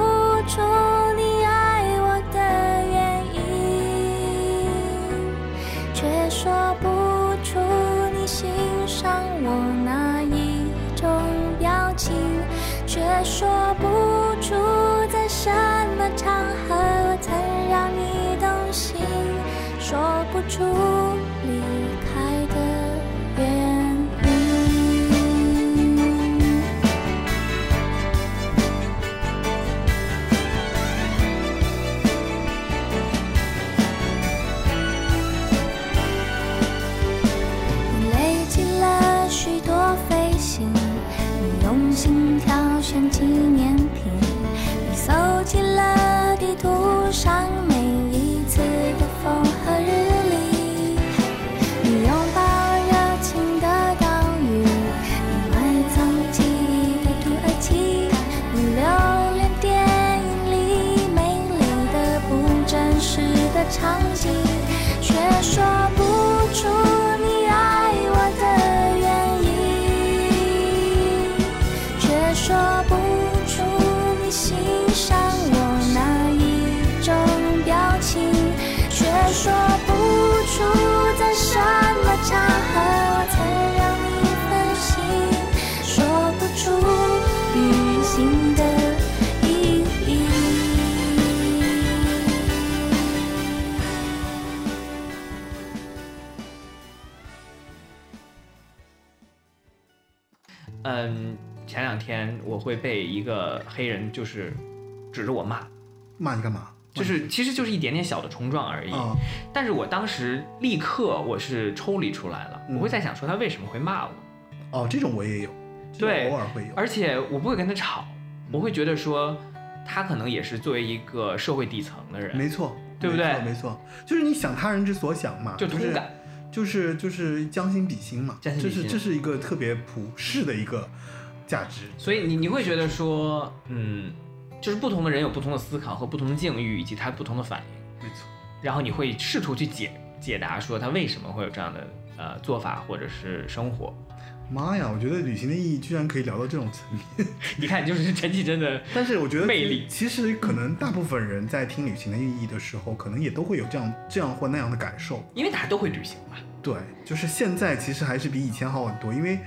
S3: 出你爱我的原因。却说不出你欣赏我哪一种表情，却说不出在什么场合我曾让你动心，说不出离开的原因。选纪念品，你搜集了地图上每一次的风和日丽，你拥抱热情的岛屿，你埋藏记忆的土耳其，你留恋电影里美丽的不真实的场景，却说不出你爱我的原因，却说不出你欣赏我哪一种表情，却说不出在什么场合我才让你分心，说不出旅行的意义。
S2: 嗯，前两天我会被一个黑人就是指着我骂，
S1: 骂你干嘛？
S2: 就是其实就是一点点小的冲撞而已。
S1: 啊，
S2: 但是我当时立刻我是抽离出来了，
S1: 嗯
S2: 我会在想说他为什么会骂我，
S1: 哦，这种我也有，这种
S2: 对
S1: 偶尔会有，嗯
S2: 而且我不会跟他吵，我会觉得说他可能也是作为一个社会底层的人，
S1: 没错，
S2: 对不对
S1: 没错没错，就是你想他人之所想嘛，
S2: 就
S1: 就
S2: 同
S1: 是
S2: 感。
S1: 就是就是将心比心嘛，
S2: 将心比
S1: 这是
S2: 心
S1: 这是一个特别普世的一个价值。
S2: 所以你你会觉得说，嗯，就是不同的人有不同的思考和不同的境遇，以及他不同的反应，
S1: 没错，
S2: 然后你会试图去解解答说他为什么会有这样的呃做法或者是生活。 *laughs*
S1: 妈呀，我觉得旅行的意义居然可以聊到这种层面。
S2: 你看，就是陈绮贞的，
S1: 但是我觉得
S2: 魅力
S1: 其实可能大部分人在听旅行的意义的时候，可能也都会有这样这样或那样的感受。
S2: 因为大家都会旅行嘛，
S1: 对，就是现在其实还是比以前好很多，因为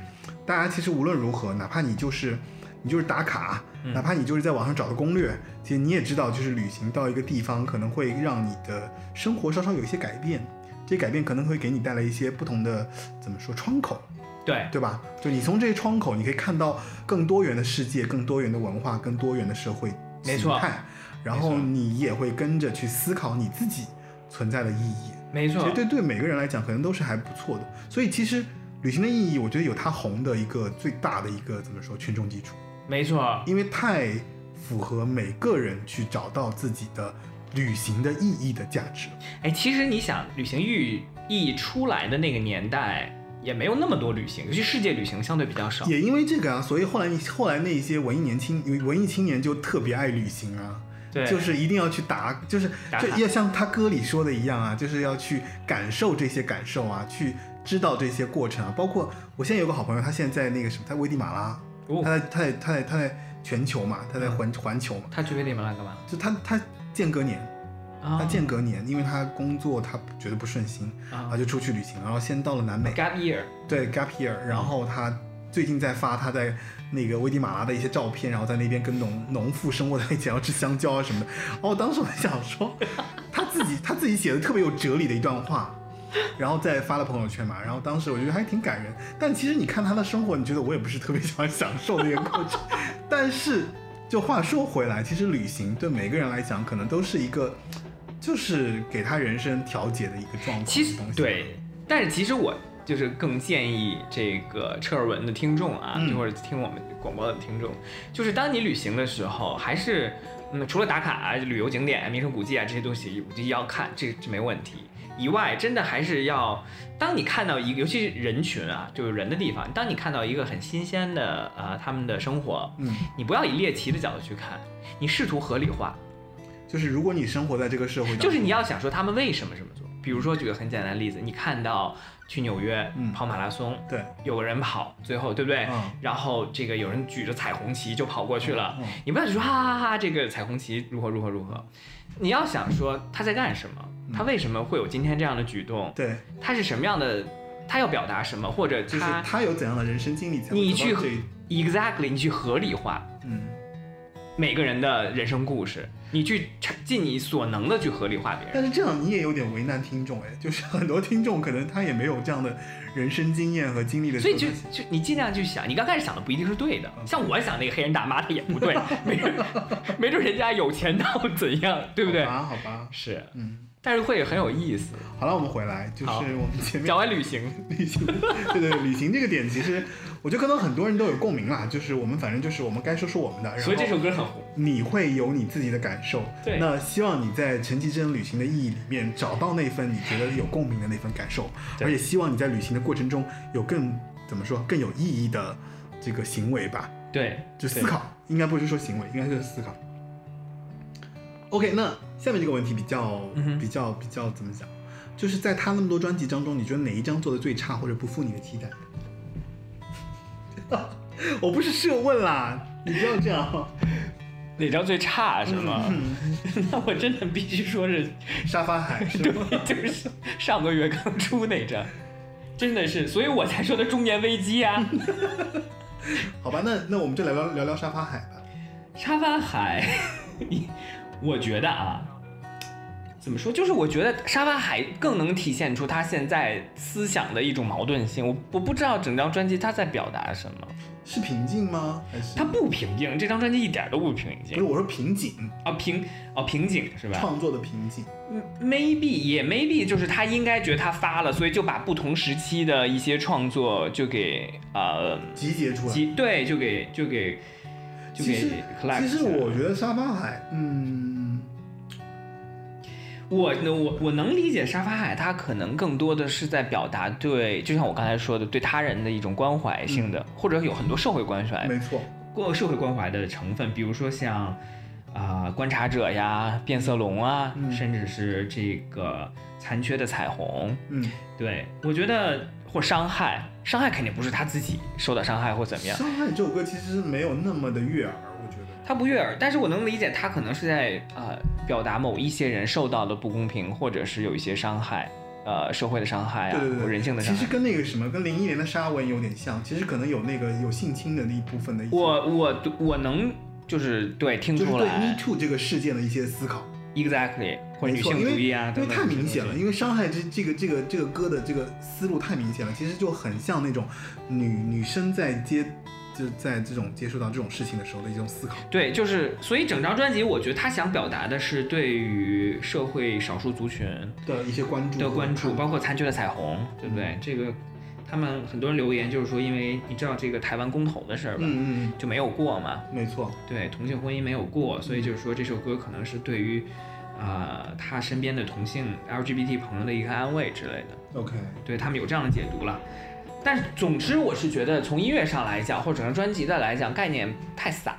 S1: 大家其实无论如何，哪怕你就是你就是打卡，
S2: 嗯
S1: 哪怕你就是在网上找个攻略，其实你也知道，就是旅行到一个地方可能会让你的生活稍稍有一些改变，这些改变可能会给你带来一些不同的怎么说窗口，
S2: 对，
S1: 对吧？就你从这些窗口，你可以看到更多元的世界、更多元的文化、更多元的社会
S2: 没
S1: 形
S2: 错
S1: 态，然后
S2: 没错
S1: 你也会跟着去思考你自己存在的意义。
S2: 没
S1: 其
S2: 错
S1: 实，对对每个人来讲，可能都是还不错的。所以其实旅行的意义，我觉得有它红的一个最大的一个怎么说群众基础，
S2: 没错，
S1: 因为太符合每个人去找到自己的旅行的意义的价值。
S2: 哎，其实你想，旅行欲一出来的那个年代，也没有那么多旅行，尤其世界旅行相对比较少。
S1: 也因为这个啊，所以后来你后来那一些文艺年轻文艺青年就特别爱旅行啊。
S2: 对，
S1: 就是一定要去打，就是
S2: 打
S1: 就
S2: 卡
S1: 要像他歌里说的一样啊，就是要去感受这些感受啊，去知道这些过程啊。包括我现在有个好朋友，他现在在那个什么，在危地马拉，
S2: 哦，嗯
S1: 他在他在他在他在全球嘛，他在环环球嘛，
S2: 他去危地马拉干嘛？
S1: 就他他间隔年，
S2: 啊，
S1: 他间隔年，因为他工作他觉得不顺心，然
S2: 啊
S1: 后就出去旅行，然后先到了南美，
S2: ，gap year，
S1: 对 gap year，然后他最近在发他在那个危地马拉的一些照片，然后在那边跟农农妇生活在一起，然后吃香蕉啊什么的。哦，我当时我想说，他自己他自己写的特别有哲理的一段话，然后再发了朋友圈嘛。然后当时我觉得还挺感人，但其实你看他的生活，你觉得我也不是特别想享受那个过程。 *laughs* 但是就话说回来，其实旅行对每个人来讲，可能都是一个。就是给他人生调节的一个状况，
S2: 其实
S1: 的东西
S2: 对，但是其实我就是更建议这个车尔文的听众啊，
S1: 嗯
S2: 就或者听我们广播的听众，就是当你旅行的时候，还是嗯，除了打卡啊、旅游景点啊、名胜古迹啊这些东西，我就要看，这这没问题。以外，真的还是要，当你看到一个，尤其是人群啊，就是人的地方，当你看到一个很新鲜的呃他们的生活，
S1: 嗯，
S2: 你不要以猎奇的角度去看，你试图合理化，
S1: 就是如果你生活在这个社会当中，
S2: 就是你要想说他们为什么这么做。比如说，举个很简单的例子，你看到去纽约
S1: 嗯
S2: 跑马拉松，
S1: 对，
S2: 有个人跑，最后对不对？
S1: 嗯
S2: 然后这个有人举着彩虹旗就跑过去了，
S1: 嗯
S2: 你不要说哈哈哈哈，这个彩虹旗如何如何如何，你要想说他在干什么，
S1: 嗯
S2: 他为什么会有今天这样的举动，
S1: 对，
S2: 他是什么样的，他要表达什么，或者
S1: 就是
S2: 他
S1: 他有怎样的人生经历才
S2: 你
S1: 会走
S2: 去
S1: 到这一，
S2: exactly 你去合理化
S1: 嗯，
S2: 每个人的人生故事，你去尽你所能的去合理化别人。
S1: 但是这样你也有点为难听众哎， *laughs* 就是很多听众可能他也没有这样的人生经验和经历的时
S2: 所
S1: 候，
S2: 以就就你尽量去想，你刚开始想的不一定是对的。
S1: 嗯
S2: 像我想那个黑人大妈，她也不
S1: *laughs*
S2: 对，没准没准人家有钱到怎样，对不对？
S1: 好吧，好吧，
S2: 是，
S1: 嗯，
S2: 但是会很有意思。
S1: 好了，我们回来，就是
S2: 好
S1: 我们前面
S2: 讲完旅行，
S1: 旅行， *laughs* 对对，对旅行这个点，其实我觉得可能很多人都有共鸣啦。就是我们反正就是我们该说说我们的，然后
S2: 所以这首歌很红。
S1: 你会有你自己的感受。
S2: 对
S1: 那希望你在陈绮贞旅行的意义里面找到那份你觉得有共鸣的那份感受，
S2: 对
S1: 而且希望你在旅行的过程中有更怎么说更有意义的这个行为吧，
S2: 对，
S1: 就思
S2: 对。
S1: 考，应该不是说行为，应该是思考。OK，那下面这个问题比较、
S2: 嗯哼
S1: 比较比较怎么讲？就是在他那么多专辑当中，你觉得哪一张做的最差或者不负你的期待？ *laughs* 我不是设问啦，你不要这样。
S2: 哪张最差是吗？
S1: 嗯
S2: *laughs* 那我真的必须说是，
S1: 沙发海是
S2: *laughs* 对
S1: 吗？，
S2: 就是上个月刚出那张，真的是，所以我才说的中年危机啊。
S1: 好吧，那那我们就来聊聊聊沙发海吧。
S2: 沙发海，我觉得啊，怎么说？就是我觉得沙发海更能体现出他现在思想的一种矛盾性。我我不知道整张专辑他在表达什么，
S1: 是平静吗？还是
S2: 他不平静，这张专辑一点都不平
S1: 不是
S2: 静
S1: 我说瓶颈，
S2: 啊平啊瓶颈是吧？
S1: 创作的瓶颈。
S2: 嗯 maybe 也 maybe 就是他应该觉得他发了，所以就把不同时期的一些创作就给呃
S1: 集结出来。
S2: 集对就给就给就
S1: 嗯其
S2: 给
S1: 实
S2: collect
S1: 其实
S2: 起来
S1: 我觉得沙发海，嗯，
S2: 我我我能理解沙发海，他可能更多的是在表达对，就像我刚才说的，对他人的一种关怀性的，或者有很多社会关怀、
S1: 嗯没错，
S2: 过社会关怀的成分，比如说像啊、观察者呀、变色龙啊，
S1: 嗯
S2: 甚至是这个残缺的彩虹，
S1: 嗯，
S2: 对我觉得或伤害，伤害肯定不是他自己受到伤害或怎么样，
S1: 上海这首歌其实没有那么的悦耳，我觉得。
S2: 他不悦耳，但是我能理解他可能是在呃表达某一些人受到的不公平，或者是有一些伤害，呃社会的伤害啊，
S1: 对对
S2: 或
S1: 对，
S2: 人性的
S1: 其
S2: 伤
S1: 实
S2: 害。
S1: 跟那个什么，跟零一年的沙文有点像，其实可能有那个有性侵的那一部分的一些，
S2: 我我我能就是对听
S1: 就是
S2: 出
S1: 对
S2: 来、
S1: Me Too 这个事件的一些思考。
S2: e x a c t l y 或
S1: 没
S2: 者女
S1: 错，
S2: 性
S1: 因为
S2: 主义啊，
S1: 因为
S2: 等等
S1: 太
S2: 这些
S1: 明
S2: 东西
S1: 显了，因为伤害这这个这个这个歌的这个思路太明显了，其实就很像那种女女生在接就在这种接触到这种事情的时候的一种思考。
S2: 对，就是所以整张专辑，我觉得他想表达的是对于社会少数族群
S1: 的一些关注
S2: 的
S1: 和
S2: 关注，
S1: 看法
S2: 包括残缺的彩虹，对不对？这个他们很多人留言就是说，因为你知道这个台湾公投的事儿吧，
S1: 嗯嗯
S2: 就没有过嘛，
S1: 嗯，没错，
S2: 对同性婚姻没有过，所以就是说这首歌可能是对于，呃，他身边的同性 LGBT 朋友的一个安慰之类的，
S1: OK，
S2: 对他们有这样的解读了。但是总之，我是觉得从音乐上来讲，或者整张专辑的来讲，概念太散。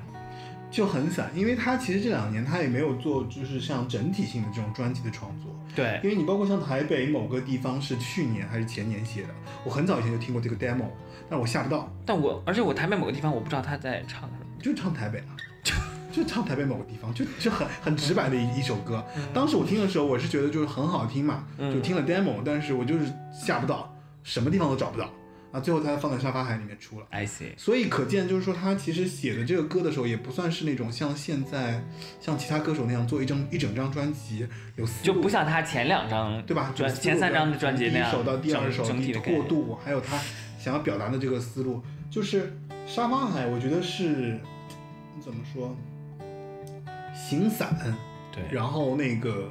S1: 就很散，因为他其实这两年他也没有做就是像整体性的这种专辑的创作，
S2: 对
S1: 因为你包括像台北某个地方是去年还是前年写的，我很早以前就听过这个 demo，但我下不到，
S2: 但我而且我台北某个地方，我不知道他在唱什么。
S1: 就唱台北啊， *laughs* 就就唱台北某个地方，就就很很直白的一一首歌。当时我听的时候，我是觉得就是很好听嘛，
S2: 嗯
S1: 就听了 demo，但是我就是下不到，什么地方都找不到啊，最后才放在沙发海里面出了。
S2: I see，
S1: 所以可见，就是说他其实写的这个歌的时候，也不算是那种像现在像其他歌手那样做一张一整张专辑有思
S2: 就
S1: 路
S2: 不像他前两张
S1: 对吧？
S2: 专
S1: 就是
S2: 嗯前三张的专辑那样，
S1: 第一首到第二首
S2: 整整体的概
S1: 过
S2: 念。
S1: 渡，还有他想要表达的这个思路，就是沙发海，我觉得是怎么说，形散，
S2: 对，
S1: 然后那个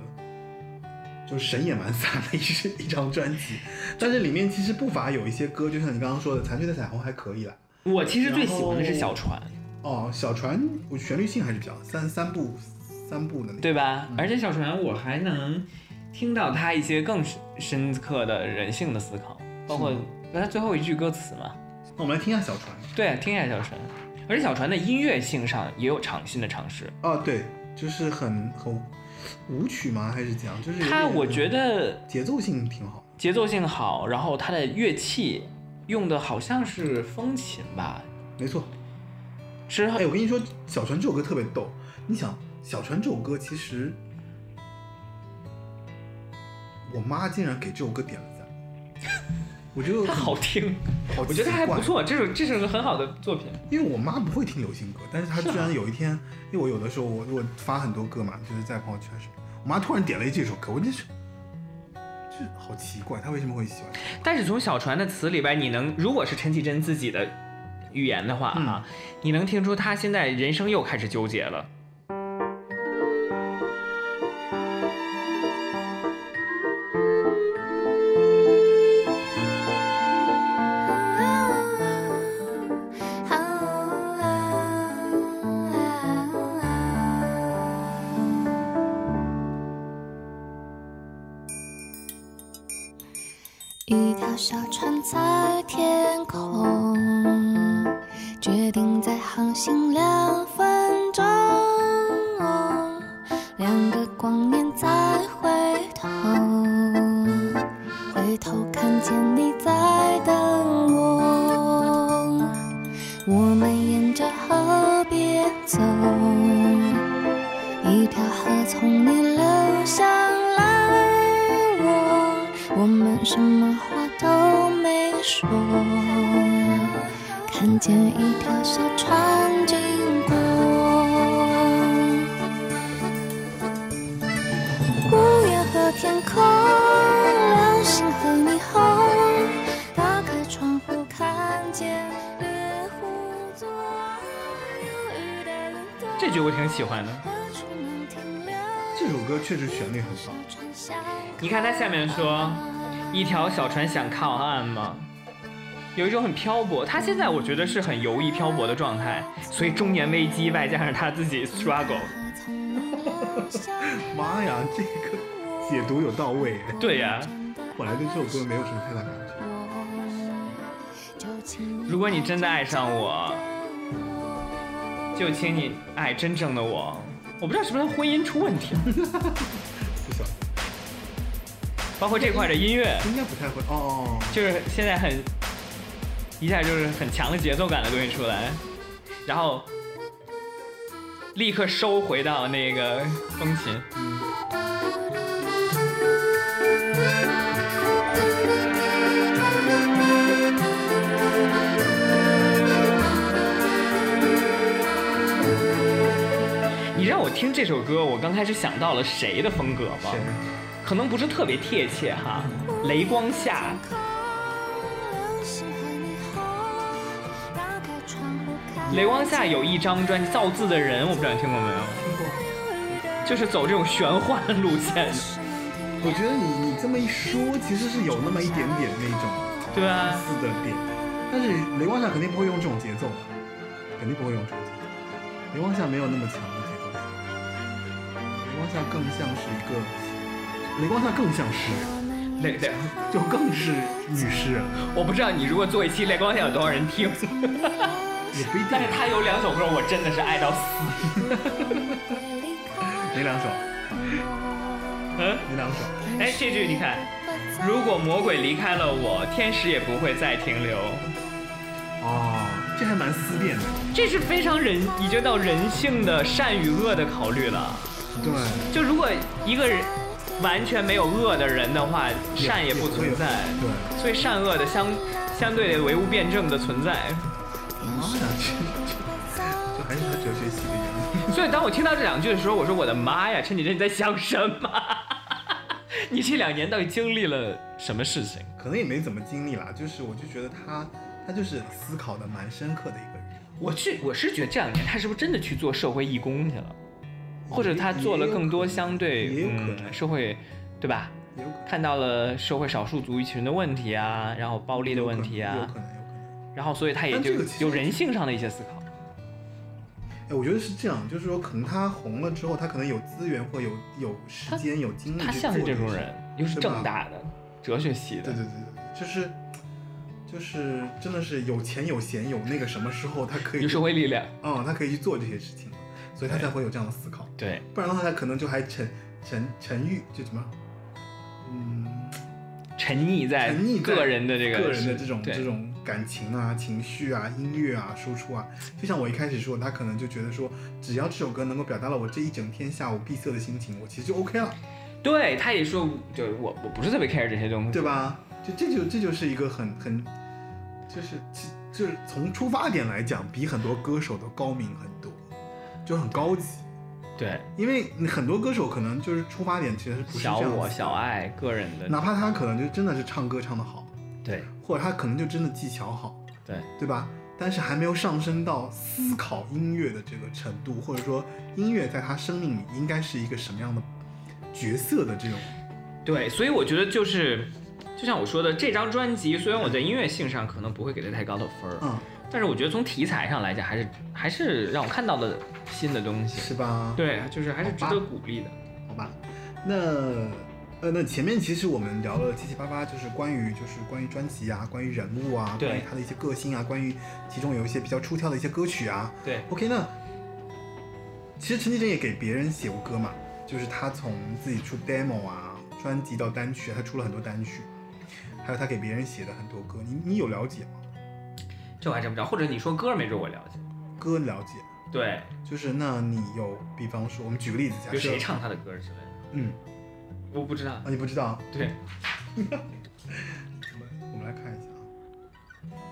S1: 就神也蛮散的一一张专辑，但是里面其实不乏有一些歌，就像你刚刚说的，《残缺的彩虹》还可以啦。
S2: 我其实最喜欢的是
S1: 然后
S2: 小船，
S1: 哦，小船，我旋律性还是比较三三部三部的那个。
S2: 对吧？而且小船我还能听到他一些更深深刻的人性的思考，包括
S1: 是吗
S2: 那他最后一句歌词嘛，
S1: 那我们来听一下小船。
S2: 对，啊听一下小船。而且小船的音乐性上也有尝新的尝试，
S1: 哦，对，就是很很舞曲吗？还是怎样？就是有
S2: 他
S1: 点
S2: 我觉得
S1: 节奏性挺好。
S2: 节奏性好，然后他的乐器用的好像是风琴吧，
S1: 没错，
S2: 啊是
S1: 哎，我跟你说，小船这首歌特别逗。你想，小船这首歌其实，我妈竟然给这首歌点了赞，我就
S2: *laughs* 它
S1: 很
S2: 好，听，
S1: 好
S2: 我觉得它还
S1: 奇怪
S2: 不，错，这首这首是很好的作品。
S1: 因为我妈不会听流行歌，但是她
S2: 是啊
S1: 居然有一天，因为我有的时候我我发很多歌嘛，就是在朋友圈什么，我妈突然点了这首歌，我就说，这好奇怪，她为什么会喜欢？
S2: 但是从小船的词里边，你能如果是陈绮贞自己的语言的话啊，你能听出她现在人生又开始纠结了。
S3: 小船在天空，决定再航行两分钟，两个光年再回头，回头看见你在等我，我们沿着河边走，一条河从你流向了我，我们什么话都没说，看见一条小船经过。五月和天空，流星和霓虹，打开窗户看见猎户座忧郁的云朵。
S2: 这句我挺喜欢的。
S3: 何处能停留？
S1: 这首歌确实旋律很棒。
S2: 你看他下面说，一条小船想靠岸吗？有一种很漂泊，他现在我觉得是很游弋漂泊的状态，所以中年危机外加上他自己 struggle，
S1: 妈呀，这个解读有到位。
S2: 对呀、
S1: 本来对这首歌没有什么太大感觉。
S2: 如果你真的爱上我，就请你爱真正的我。我不知道是不是婚姻出问题，
S1: 不晓得，
S2: 包括这块的音乐，
S1: 应该不太会。哦，
S2: 就是现在很一下就是很强的节奏感的东西出来，然后立刻收回到那个风琴。你让我听这首歌，我刚开始想到了谁的风格吗？
S1: 谁？
S2: 可能不是特别贴切哈。雷光下，雷光下有一张专辑《造字的人》，我不知道你听过没有，
S1: 听过。
S2: 就是走这种玄幻路线的。
S1: 我觉得你你这么一说，其实是有那么一点点那种
S2: 对 *laughs* 啊，
S1: 似的点，但是雷光下肯定不会用这种节奏的，肯定不会用这种节奏。雷光下没有那么强的节奏性，雷光下更像是一个，雷光下更像诗人，
S2: 雷雷，
S1: 就更是女诗人，
S2: 我不知道你如果做一期雷光下有多少人 *laughs* 听，
S1: 也不一定
S2: 但是。他有两首歌我真的是爱到死。
S1: 哪两首？
S2: 嗯，
S1: 哪两首？
S2: 哎，这句你看，如果魔鬼离开了我，天使也不会再停留，
S1: 哦，这还蛮思辨的。
S2: 这是非常人已经到人性的善与恶的考虑了。
S1: 对，
S2: 就如果一个人完全没有恶的人的话，善也不
S1: 会有
S2: 存在，
S1: 对，
S2: 所以善恶的相相对的唯物辩证的存在。
S1: 妈呀，这这这还是他哲学系的原因。
S2: 所以当我听到这两句的时候，我说我的妈呀，陈绮贞你在想什么？ *laughs* 你这两年到底经历了什么事情？
S1: 可能也没怎么经历啦，就是我就觉得他他就是思考的蛮深刻的一个人，
S2: 我去，我是觉得这两年他是不是真的去做社会义工去了，或者他做了更多相
S1: 也
S2: 对
S1: 有可能
S2: 嗯社会，对吧？
S1: 也有可能
S2: 看到了社会少数族裔群的问题啊，然后暴力的问题
S1: 有
S2: 啊
S1: 可，能有可能。
S2: 然后所以他也
S1: 但
S2: 就
S1: 这个其实
S2: 有人性上的一些思考。
S1: 哎，我觉得是这样，就是说可能他红了之后，他可能有资源或有有时间有精力
S2: 他
S1: 去
S2: 像
S1: 做
S2: 是这种
S1: 件事
S2: 人，又是
S1: 对吧
S2: 正大的哲学系的
S1: 对，对对对，就是就是真的是有钱有闲有那个什么时候，他可以
S2: 有社会力量，
S1: 嗯，他可以去做这些事情，所以他才会有这样的思考，
S2: 对，
S1: 不然的话他可能就还沉沉沉郁就什么，嗯。
S2: 沉溺在
S1: 沉溺在
S2: 个人的这个
S1: 个人的这种
S2: 对
S1: 这种感情啊、情绪啊、音乐啊、输出啊，就像我一开始说，他可能就觉得说，只要这首歌能够表达了我这一整天下午闭塞的心情，我其实就 OK 了，
S2: 对，他也说，就是我我不是特别 care 这些东西，
S1: 对吧？就这就这就是一个很很，就是其就是从出发点来讲，比很多歌手都高明很多，就很高级。
S2: 对，
S1: 因为你很多歌手可能就是出发点其实不是这
S2: 小
S1: 样
S2: 我
S1: 子
S2: 小爱个人的，
S1: 哪怕他可能就真的是唱歌唱得好，
S2: 对
S1: 或者他可能就真的技巧好，
S2: 对，
S1: 对吧？但是还没有上升到思考音乐的这个程度，或者说音乐在他生命里应该是一个什么样的角色的这种，
S2: 对，所以我觉得就是，就像我说的，这张专辑虽然我在音乐性上可能不会给它太高的分儿，
S1: 嗯，
S2: 但是我觉得从题材上来讲，还是还是让我看到了新的东西，
S1: 是吧？，
S2: 对，就是还是值
S1: 好吧
S2: 得鼓励的。
S1: 好吧。那呃，那前面其实我们聊了七七八八，就是关于就是关于专辑啊，关于人物啊，
S2: 对
S1: 关于他的一些个性啊，关于其中有一些比较出挑的一些歌曲啊。
S2: 对
S1: OK，那其实陈绮贞也给别人写过歌嘛，就是她从自己出 demo 啊，专辑到单曲啊，她出了很多单曲，还有她给别人写的很多歌，你你有了解吗？
S2: 这我还真不知道。或者你说歌儿，没准我了解。
S1: 歌了解，
S2: 对，
S1: 就是那你有，比方说我们举个例子，假
S2: 比如
S1: 设，
S2: 谁唱他的歌儿之类的，
S1: 嗯，
S2: 我不知道
S1: 啊。你不知道， *laughs*
S2: 对，
S1: 我们我们来看一下啊，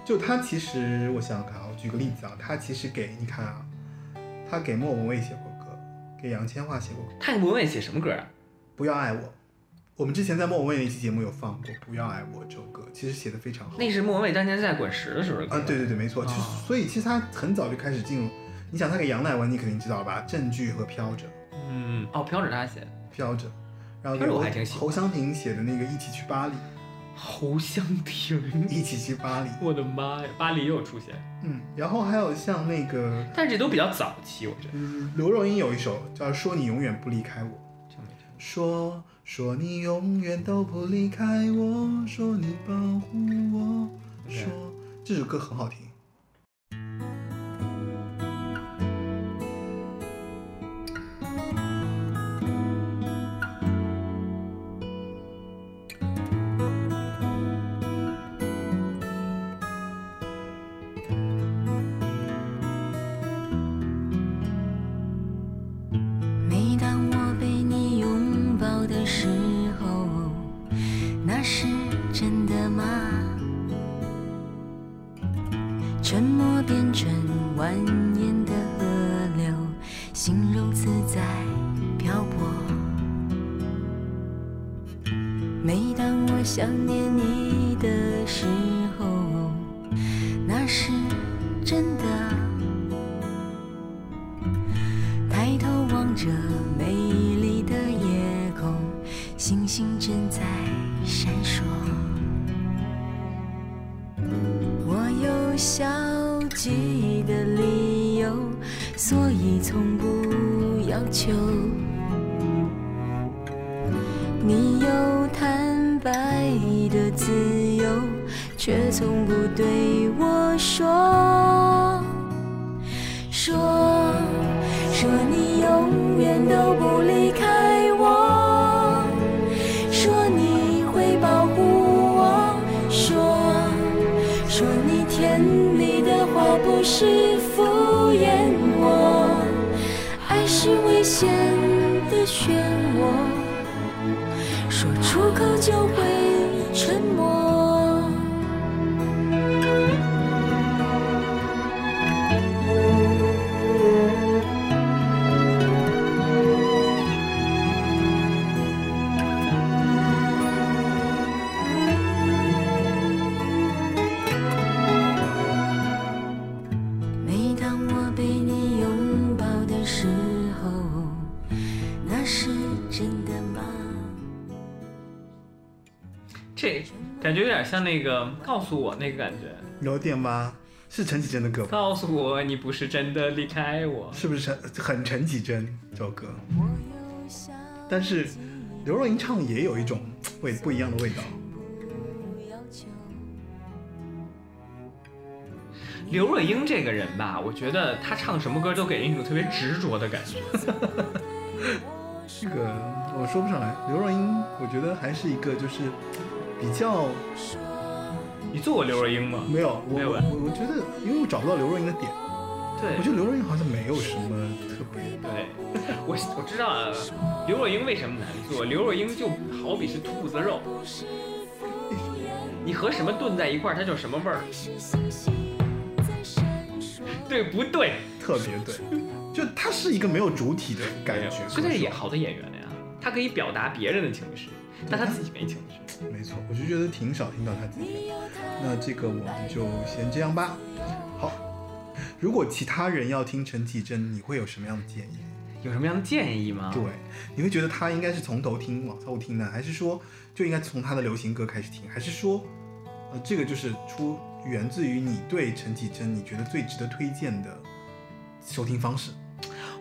S1: 就他其实我想想看啊，我举个例子啊，他其实给你看啊，他给莫文蔚写过歌，给杨千嬅写过歌，
S2: 他给文蔚写什么歌儿啊？
S1: 不要爱我。我们之前在莫文蔚那期节目有放过《不要爱我》这首歌，其实写的非常好。
S2: 那是莫文蔚当年在滚石的时候的歌。
S1: 啊，对对对，没错。其实
S2: 哦
S1: 所以其实他很早就开始进入，你想他给杨乃文，你肯定知道吧？证据和飘着，
S2: 嗯，哦，飘着他写的。
S1: 飘着，然后给
S2: 飘着我
S1: 侯
S2: 还挺喜欢
S1: 侯湘婷写的那个《一起去巴黎》，
S2: *laughs* 侯湘婷，
S1: 一起去巴黎。
S2: 我的妈呀，巴黎也有出现，
S1: 嗯，然后还有像那个
S2: 但是这都比较早期，我觉得。
S1: 嗯刘若英有一首叫《说你永远不离开我》，
S2: 真没听过
S1: 说说你永远都不离开我，说你保护我，
S2: OK
S1: 说这首歌很好听。
S3: 每当我被你拥抱的时候，那是真的吗？沉默变成蜿蜒的河流，形容自在漂泊。每当我想念你的时候，那是真的。抬头望着美丽的夜空，星星正在闪烁。我有消极的理由，所以从不要求。你有坦白的自由，却从不对我说。说说你永远都不离开我，说你会保护我，说说你甜蜜的话不是敷衍我，爱是危险的漩涡，说出口就会沉默。每当我被你拥抱的时候，那是真的吗？
S2: 这感觉有点像那个告诉我那个感觉，
S1: 有点吗？是陈绮贞的歌吧？
S2: 告诉我你不是真的离开我。
S1: 是不是陈很陈绮贞这首歌？
S3: 我有想
S1: 但是刘若英唱也有一种味不一样的味道。
S3: 不要求，
S2: 刘若英这个人吧，我觉得她唱什么歌都给人一种特别执着的感觉。
S1: 这个我说不上来。刘若英，我觉得还是一个就是比较
S2: 你做过刘若英吗？
S1: 没有我
S2: 没有
S1: 我
S2: 吧
S1: 我我觉得，因为我找不到刘若英的点，
S2: 对
S1: 我觉得刘若英好像没有什么特别。
S2: 对，我我知道啊刘若英为什么难做。刘若英就好比是兔子肉，你和什么炖在一块儿，它就什么味儿，
S3: 是星星在闪烁。
S2: 对不对？
S1: 特别对，就她是一个没有主体的感觉。
S2: 所以她
S1: 说
S2: 是
S1: 实
S2: 演
S1: 话
S2: 好的演员了呀，她可以表达别人的情绪，但她自己没情绪。
S1: 没错，我就觉得挺少听到他自己的。那这个我们就先这样吧。好，如果其他人要听陈绮贞，你会有什么样的建议？
S2: 有什么样的建议吗？
S1: 对，你会觉得她应该是从头听往后听呢，还是说就应该从她的流行歌开始听？还是说，呃，这个就是出源自于你对陈绮贞你觉得最值得推荐的收听方式？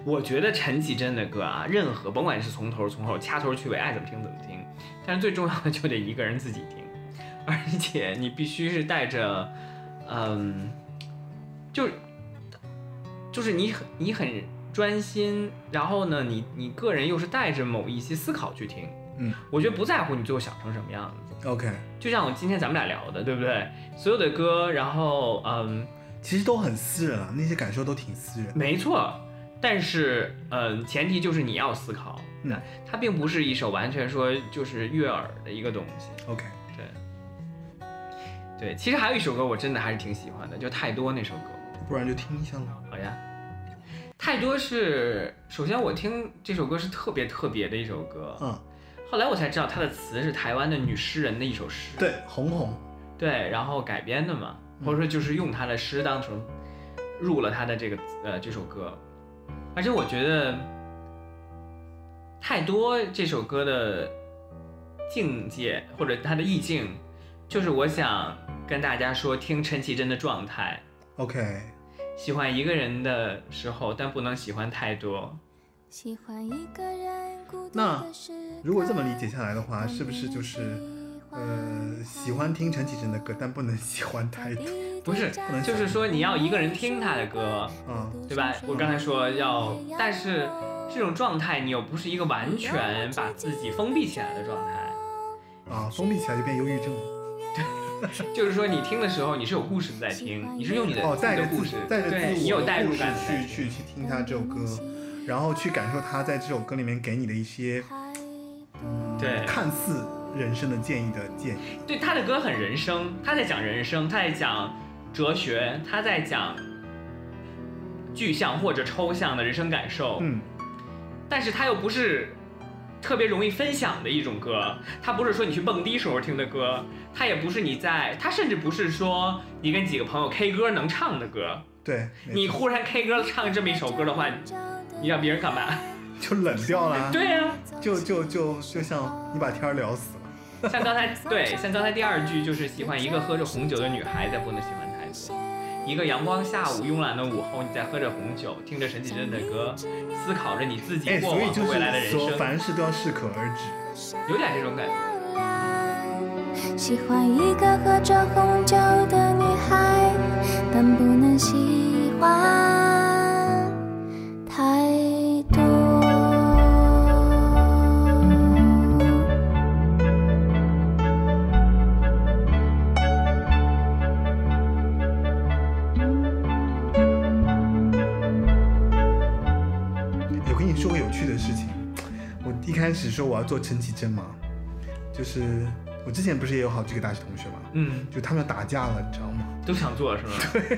S2: 我觉得陈绮贞的歌啊，任何甭管是从头从后掐头去尾，爱怎么听怎么听，但是最重要的就得一个人自己听，而且你必须是带着，嗯，就就是你很你很专心，然后呢，你你个人又是带着某一些思考去听。
S1: 嗯，
S2: 我觉得不在乎你最后想成什么样子，
S1: OK，
S2: 就像我今天咱们俩聊的，对不对？所有的歌，然后嗯，
S1: 其实都很私人啊，那些感受都挺私人。
S2: 没错，但是嗯、前提就是你要思考。
S1: 嗯
S2: 它并不是一首完全说就是悦耳的一个东西。
S1: OK，
S2: 对，对，其实还有一首歌我真的还是挺喜欢的，就《太多》那首歌。
S1: 不然就听一下了。
S2: 好呀，《太多》是首先我听这首歌是特别特别的一首歌，
S1: 嗯，
S2: 后来我才知道它的词是台湾的女诗人的一首诗，
S1: 对，红红，
S2: 对，然后改编的嘛，或者说就是用她的诗当成入了她的这个呃这首歌，而且我觉得《太多》这首歌的境界或者它的意境，就是我想跟大家说，听陈绮贞的状态，
S1: OK，
S2: 喜欢一个人的时候，但不能喜欢太多。
S3: 喜欢一个人孤独
S1: 那
S3: 的时刻
S1: 如果这么理解下来的话，是不是就是，呃，喜欢听陈绮贞的歌，但不能喜欢太多？
S2: 不是
S1: 不能，
S2: 就是说你要一个人听她的歌，
S1: 嗯
S2: 对吧？我刚才说要，但是这种状态你又不是一个完全把自己封闭起来的状态，
S1: 啊，封闭起来就变忧郁症了。
S2: 就是说你听的时候你是有故事在听，你是用你的
S1: 哦，
S2: 自己
S1: 带着
S2: 的故
S1: 自
S2: 事，
S1: 带着
S2: 对
S1: 自
S2: 你
S1: 我
S2: 有代
S1: 的故
S2: 入
S1: 事
S2: 感在
S1: 去去去听他这首歌，然后去感受他在这首歌里面给你的一些
S2: 对
S1: 看似人生的建议的建议。
S2: 对他的歌很人生，他在讲人生，他在讲哲学，他在讲具象或者抽象的人生感受，
S1: 嗯，
S2: 但是它又不是特别容易分享的一种歌，它不是说你去蹦迪时候听的歌，它也不是你在，它甚至不是说你跟几个朋友 K 歌能唱的歌。
S1: 对，没
S2: 你
S1: 错
S2: 忽然 K 歌唱这么一首歌的话，你你让别人干
S1: *laughs*
S2: 嘛？
S1: 就冷掉了
S2: *laughs*
S1: 啊，
S2: 对呀、
S1: 就就就就像你把天儿聊死了。
S2: 像刚才对，像刚才第二句就是喜欢一个喝着红酒的女孩，但不能喜欢太
S1: 嗯
S2: 多。一个阳光下午慵懒的午后，你在喝着红酒，听着陈绮贞的歌，思考着你自己
S1: 哎，
S2: 过
S1: 所以
S2: 往
S1: 就
S2: 和未来的
S1: 是
S2: 人
S1: 说，
S2: 生，
S1: 凡事都要适可而止。
S2: 有点这种感觉。
S3: 喜欢一个喝着红酒的女孩，但不能喜欢太多。
S1: 我跟你说个有趣的事情，我一开始说我要做陈绮贞嘛，就是我之前不是也有好几个大学同学嘛，
S2: 嗯，
S1: 就他们打架了，你知道吗？
S2: 都想做
S1: *laughs*
S2: 是吗？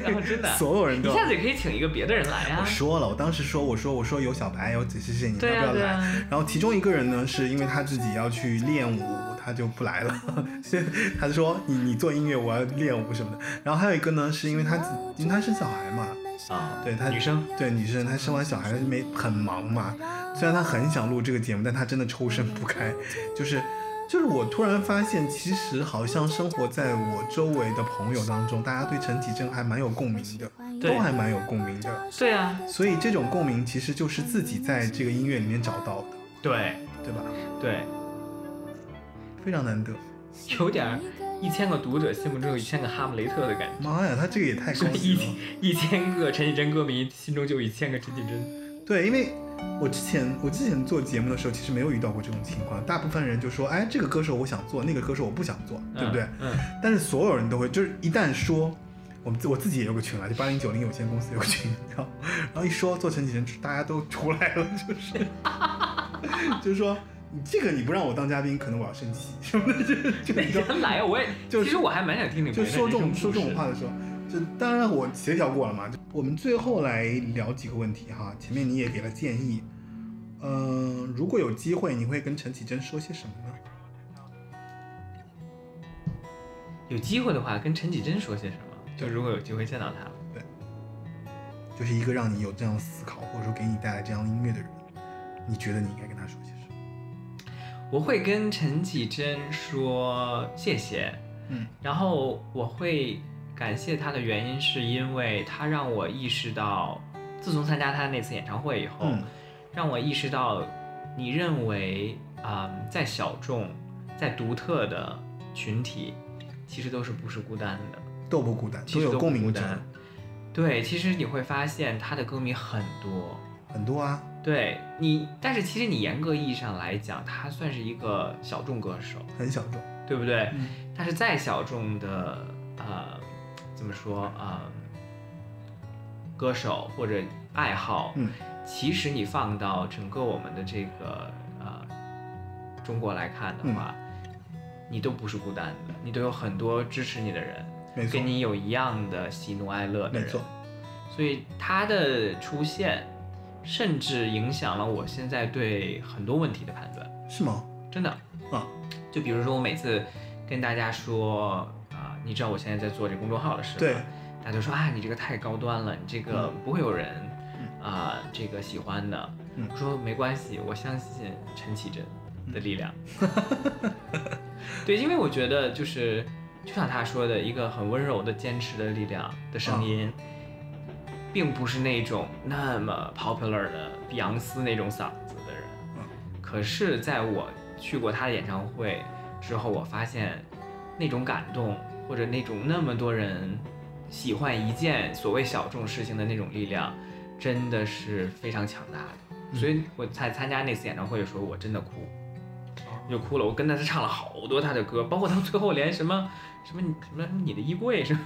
S2: 然后真的，
S1: 所有人都
S2: 一下子也可以请一个别的人来呀
S1: 我。说了，我当时说，我说我说有小白，有几谢谢你要
S2: 对
S1: 不
S2: 呀
S1: 要
S2: 对啊
S1: 来？
S2: 呀，
S1: 然后其中一个人呢，是因为他自己要去练舞，他就不来了。 *laughs* 所以他就说你你做音乐，我要练舞什么的。然后还有一个呢，是因为他自因为他生小孩嘛，
S2: 啊，
S1: 对他
S2: 女生，
S1: 对女生，她生完小孩没很忙嘛。虽然她很想录这个节目，但她真的抽身不开。就是就是我突然发现，其实好像生活在我周围的朋友当中，大家对陈绮贞还蛮有共鸣的，
S2: 对
S1: 都还蛮有共鸣的。
S2: 对呀，
S1: 所以这种共鸣其实就是自己在这个音乐里面找到的，
S2: 对
S1: 对吧？
S2: 对，
S1: 非常难得。
S2: 有点儿一千个读者心目中有一千个哈姆雷特的感觉。
S1: 妈呀，他这个也太
S2: 是 E
S1: 高级
S2: 一
S1: 了
S2: 千。一千个陈绮贞歌迷心中就有一千个陈绮贞，
S1: 对，因为我之前我之前做节目的时候，其实没有遇到过这种情况。大部分人就说，哎，这个歌手我想做，那个歌手我不想做，对不对？
S2: 嗯，
S1: *laughs* 但是所有人都会，就是一旦说，我们自我自己也有个群了，就八零九零有限公司有个群，然后然后一说做陈绮贞，大家都出来了，就是 *laughs* 就是说你这个你不让我当嘉宾，可能我要生气什么的，就就
S2: 嗯
S1: 你知道
S2: 人来啊！我也，
S1: 就是
S2: 其实我还蛮想听听别
S1: 就
S2: 人的
S1: 说这
S2: 人
S1: 种
S2: 生
S1: 说这
S2: 故
S1: 种
S2: 事
S1: 话的时候，就当然我协调过了嘛。就我们最后来聊几个问题哈，前面你也给了建议，嗯、如果有机会，你会跟陈绮贞说些什么呢？
S2: 有机会的话，跟陈绮贞说些什么？就如果有机会见到她，
S1: 就是一个让你有这样思考，或者说给你带来这样音乐的人，你觉得你应该跟他说些什么？
S2: 我会跟陈绮贞说谢谢，
S1: 嗯，
S2: 然后我会感谢他的原因，是因为他让我意识到，自从参加他那次演唱会以后，
S1: 嗯
S2: 让我意识到，你认为啊、嗯在小众、在独特的群体，其实都是不是孤单的，
S1: 都不孤单，
S2: 其实
S1: 有
S2: 都
S1: 共
S2: 不孤
S1: 鸣者，
S2: 单。对，其实你会发现他的歌迷很多，
S1: 很多啊，
S2: 对你，但是其实你严格意义上来讲，他算是一个小众歌手，
S1: 很小众。
S2: 对不对？
S1: 嗯
S2: 但是再小众的呃，怎么说啊、呃歌手或者爱好，
S1: 嗯，
S2: 其实你放到整个我们的这个呃中国来看的话，
S1: 嗯
S2: 你都不是孤单的，你都有很多支持你的人，
S1: 没错
S2: 跟，你有一样的喜怒哀乐的
S1: 没
S2: 人
S1: 错，，
S2: 所以他的出现，甚至影响了我现在对很多问题的判断。
S1: 是吗？
S2: 真的
S1: 啊，
S2: 就比如说我每次跟大家说啊、你知道我现在在做这公众号的事吗？
S1: 对，
S2: 大家都说啊，你这个太高端了，你这个不会有人啊、这个喜欢的。
S1: 嗯
S2: 我说没关系，我相信陈绮贞的力量。 *laughs* 对，因为我觉得就是就像他说的，一个很温柔的坚持的力量的声音。并不是那种那么 popular 的碧昂斯那种嗓子的人，可是在我去过他的演唱会之后，我发现那种感动，或者那种那么多人喜欢一件所谓小众事情的那种力量，真的是非常强大的。所
S1: 嗯
S2: 以我在参加那次演唱会的时候，我真的哭，我就哭了。我跟他唱了好多他的歌，包括到最后连什么什么你什么你的衣柜什么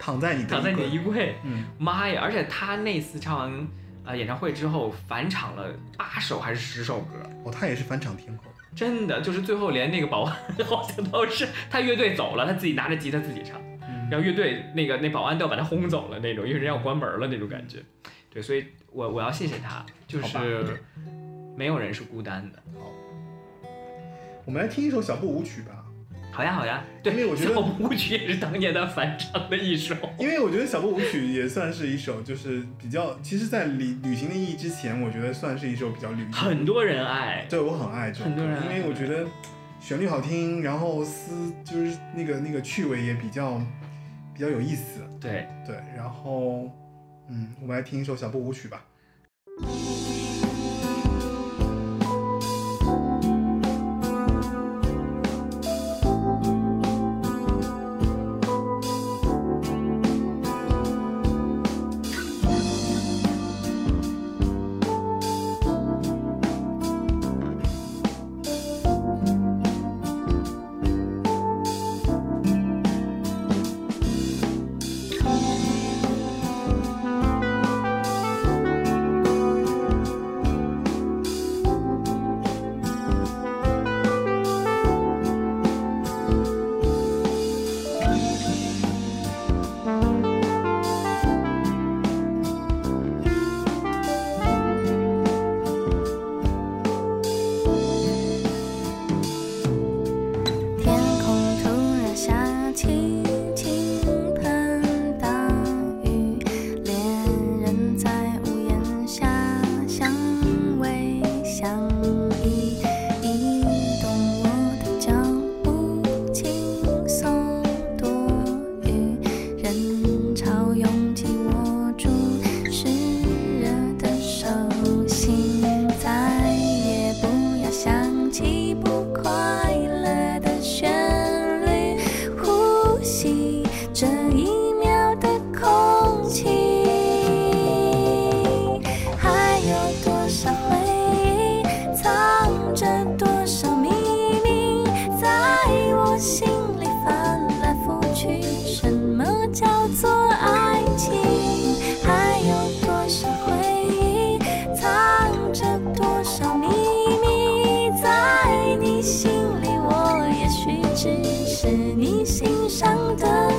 S1: 躺在你的
S2: 躺在你的衣柜，
S1: 嗯，
S2: 妈呀！而且他那次唱完呃演唱会之后，返场了八首还是十首歌。
S1: 哦，他也是返场天后，
S2: 真的就是最后连那个保安 *laughs* 好像都是他乐队走了，他自己拿着吉他自己唱，
S1: 嗯
S2: 然后乐队那个那保安都要把他轰走了那种，因为人要关门了那种感觉。对，所以我我要谢谢他，就
S1: 好吧
S2: 是没有人是孤单的。
S1: 我们来听一首小步舞曲吧，
S2: 好呀好呀，对，
S1: 因为我
S2: *laughs*
S1: 觉得
S2: 小舞曲也是当年的返场的一首。
S1: 因为我觉得小步舞曲也算是一首，就是比较，其实，在旅旅行的意义之前，我觉得算是一首比较旅行
S2: 很多人爱，
S1: 对我很爱这首
S2: 很
S1: 歌
S2: 多人，爱
S1: 因为我觉得旋律好听，然后思就是那个那个趣味也比较比较有意思，
S2: 对，
S1: 对，然后嗯，我们来听一首小步舞曲吧。
S3: 天空突然下起倾盆大雨，恋人在屋檐下相偎相依，移动我的脚步，轻松多余，人潮拥挤握住湿热的手心，再也不要想起不快乐的旋律，呼吸这一秒的空气。还有多少回忆，藏着多少秘密，在我心里翻来覆去。什么叫做爱情？还有多少回忆，藏着多少秘密，在你心里，我也许只是你欣赏的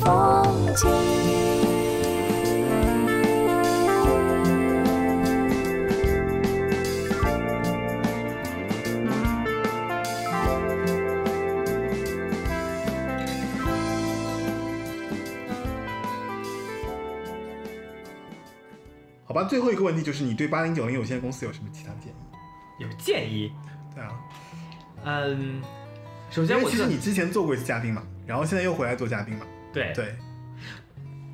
S3: 风景。
S1: 好吧，最后一个问题就是你对八零九零有限公司有什么其他建议？
S2: 有建议，
S1: 对啊，
S2: 嗯，首
S1: 因
S2: 先
S1: 为
S2: 我
S1: 其
S2: 觉
S1: 实
S2: 得
S1: 你之前做过一次嘉宾嘛，然后现在又回来做嘉宾嘛，
S2: 对
S1: 对，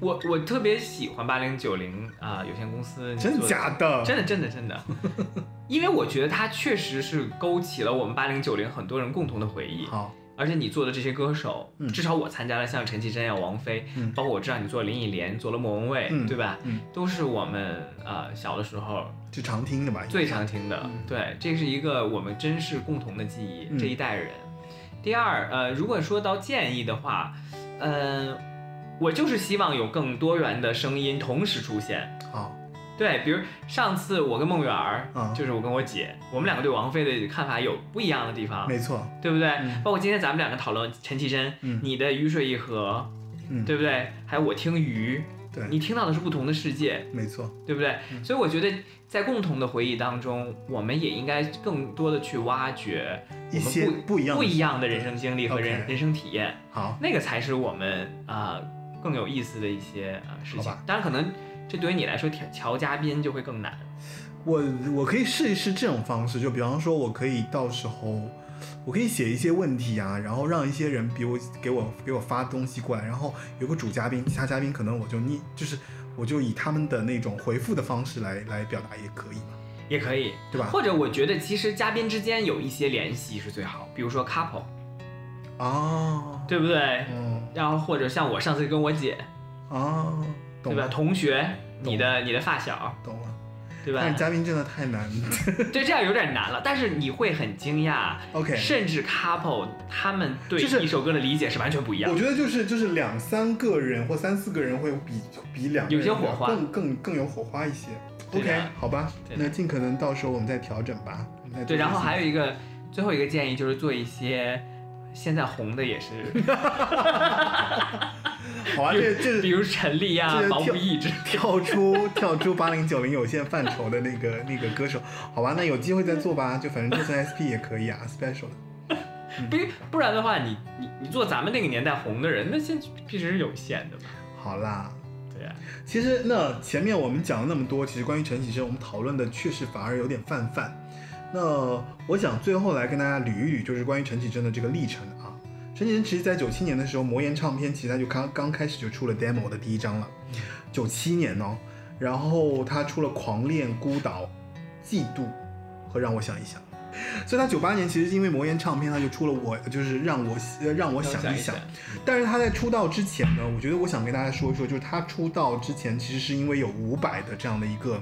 S2: 我我特别喜欢八零九零啊有限公司你做
S1: 真
S2: 的，
S1: 假的？
S2: 真的真的真的， *laughs* 因为我觉得它确实是勾起了我们八零九零很多人共同的回忆。
S1: 好，
S2: 而且你做的这些歌手，
S1: 嗯
S2: 至少我参加了像陈绮贞呀、王菲，
S1: 嗯
S2: 包括我知道你做林忆莲、做了莫文蔚，
S1: 嗯
S2: 对吧？
S1: 嗯
S2: 都是我们呃小的时候
S1: 就常听的吧。
S2: 最常听的。
S1: 嗯
S2: 对，这是一个我们真是共同的记忆，
S1: 嗯
S2: 这一代人。第二，呃，如果说到建议的话，嗯、我就是希望有更多元的声音同时出现。
S1: 好，
S2: 对，比如上次我跟梦圆儿，
S1: 嗯
S2: 就是我跟我姐，我们两个对王菲的看法有不一样的地方，
S1: 没错，
S2: 对不对？
S1: 嗯
S2: 包括今天咱们两个讨论陈绮贞，
S1: 嗯
S2: 你的《雨水一河》，
S1: 嗯，
S2: 对不对？还有我听鱼，
S1: 对
S2: 你听到的是不同的世界，
S1: 没错，
S2: 对不对？
S1: 嗯
S2: 所以我觉得在共同的回忆当中，我们也应该更多的去挖掘
S1: 一些
S2: 我们
S1: 不一样的
S2: 不一样的人生经历和人
S1: OK
S2: 人生体验。
S1: 好，
S2: 那个才是我们啊、更有意思的一些啊、事
S1: 好
S2: 情
S1: 吧。
S2: 当然，可能这对于你来说调调嘉宾就会更难。
S1: 我我可以试一试这种方式，就比方说，我可以到时候，我可以写一些问题啊，然后让一些人比我给我给我发东西过来，然后有个主嘉宾，其他嘉宾可能我就逆，就是我就以他们的那种回复的方式来来表达也可以嘛。
S2: 也可以，
S1: 对
S2: *laughs*
S1: 吧
S2: 或者我觉得其实嘉宾之间有一些联系是最好，比如说 couple，
S1: 哦，
S2: 对不对？
S1: 嗯，
S2: 然后或者像我上次跟我姐，
S1: 哦，
S2: 对
S1: 懂
S2: 吧？
S1: 了，
S2: 同学，你的你的发小，
S1: 懂了。
S2: 对吧
S1: 但？是嘉宾真的太难。
S2: *laughs* 对，这样有点难了，但是你会很惊讶
S1: *laughs* OK，
S2: 甚至 couple 他们对
S1: 就是
S2: 一首歌的理解是完全不一样
S1: 我
S2: 的。
S1: 觉得就是就是两三个人或三四个人会比比两个人啊
S2: 有些火花
S1: 更更更有火花一些。
S2: 对的
S1: OK，好吧，
S2: 对的
S1: 那尽可能到时候我们再调整吧。我们再
S2: 对，然后还
S1: 有
S2: 有一个最后一个建议就是做一些现在红的也是，
S1: *laughs* 好啊，这这
S2: 比如陈粒啊呀、
S1: 这
S2: 毛不
S1: 跳
S2: 易之
S1: 跳出跳出八零九零有限范畴的那个那个歌手，好吧，那有机会再做吧，就反正就算 SP 也可以啊，special 的。
S2: 不嗯不然的话，你你你做咱们那个年代红的人，那现其实是有限的嘛。
S1: 好啦，
S2: 对啊，
S1: 其实那前面我们讲了那么多，其实关于陈绮贞，我们讨论的确实反而有点泛泛。那我想最后来跟大家捋一捋，就是关于陈绮贞的这个历程啊。陈绮贞其实，在九七年的时候，魔岩唱片其实他就刚刚开始就出了 demo 的第一张了，九七年哦。然后他出了《狂恋》《孤岛》《嫉妒》和《让我想一想》，所以他九八年其实因为魔岩唱片，他就出了我就是让我呃让我想一想。
S2: 嗯
S1: 但是他在出道之前呢，我觉得我想跟大家说一说，就是他出道之前其实是因为有伍佰的这样的一个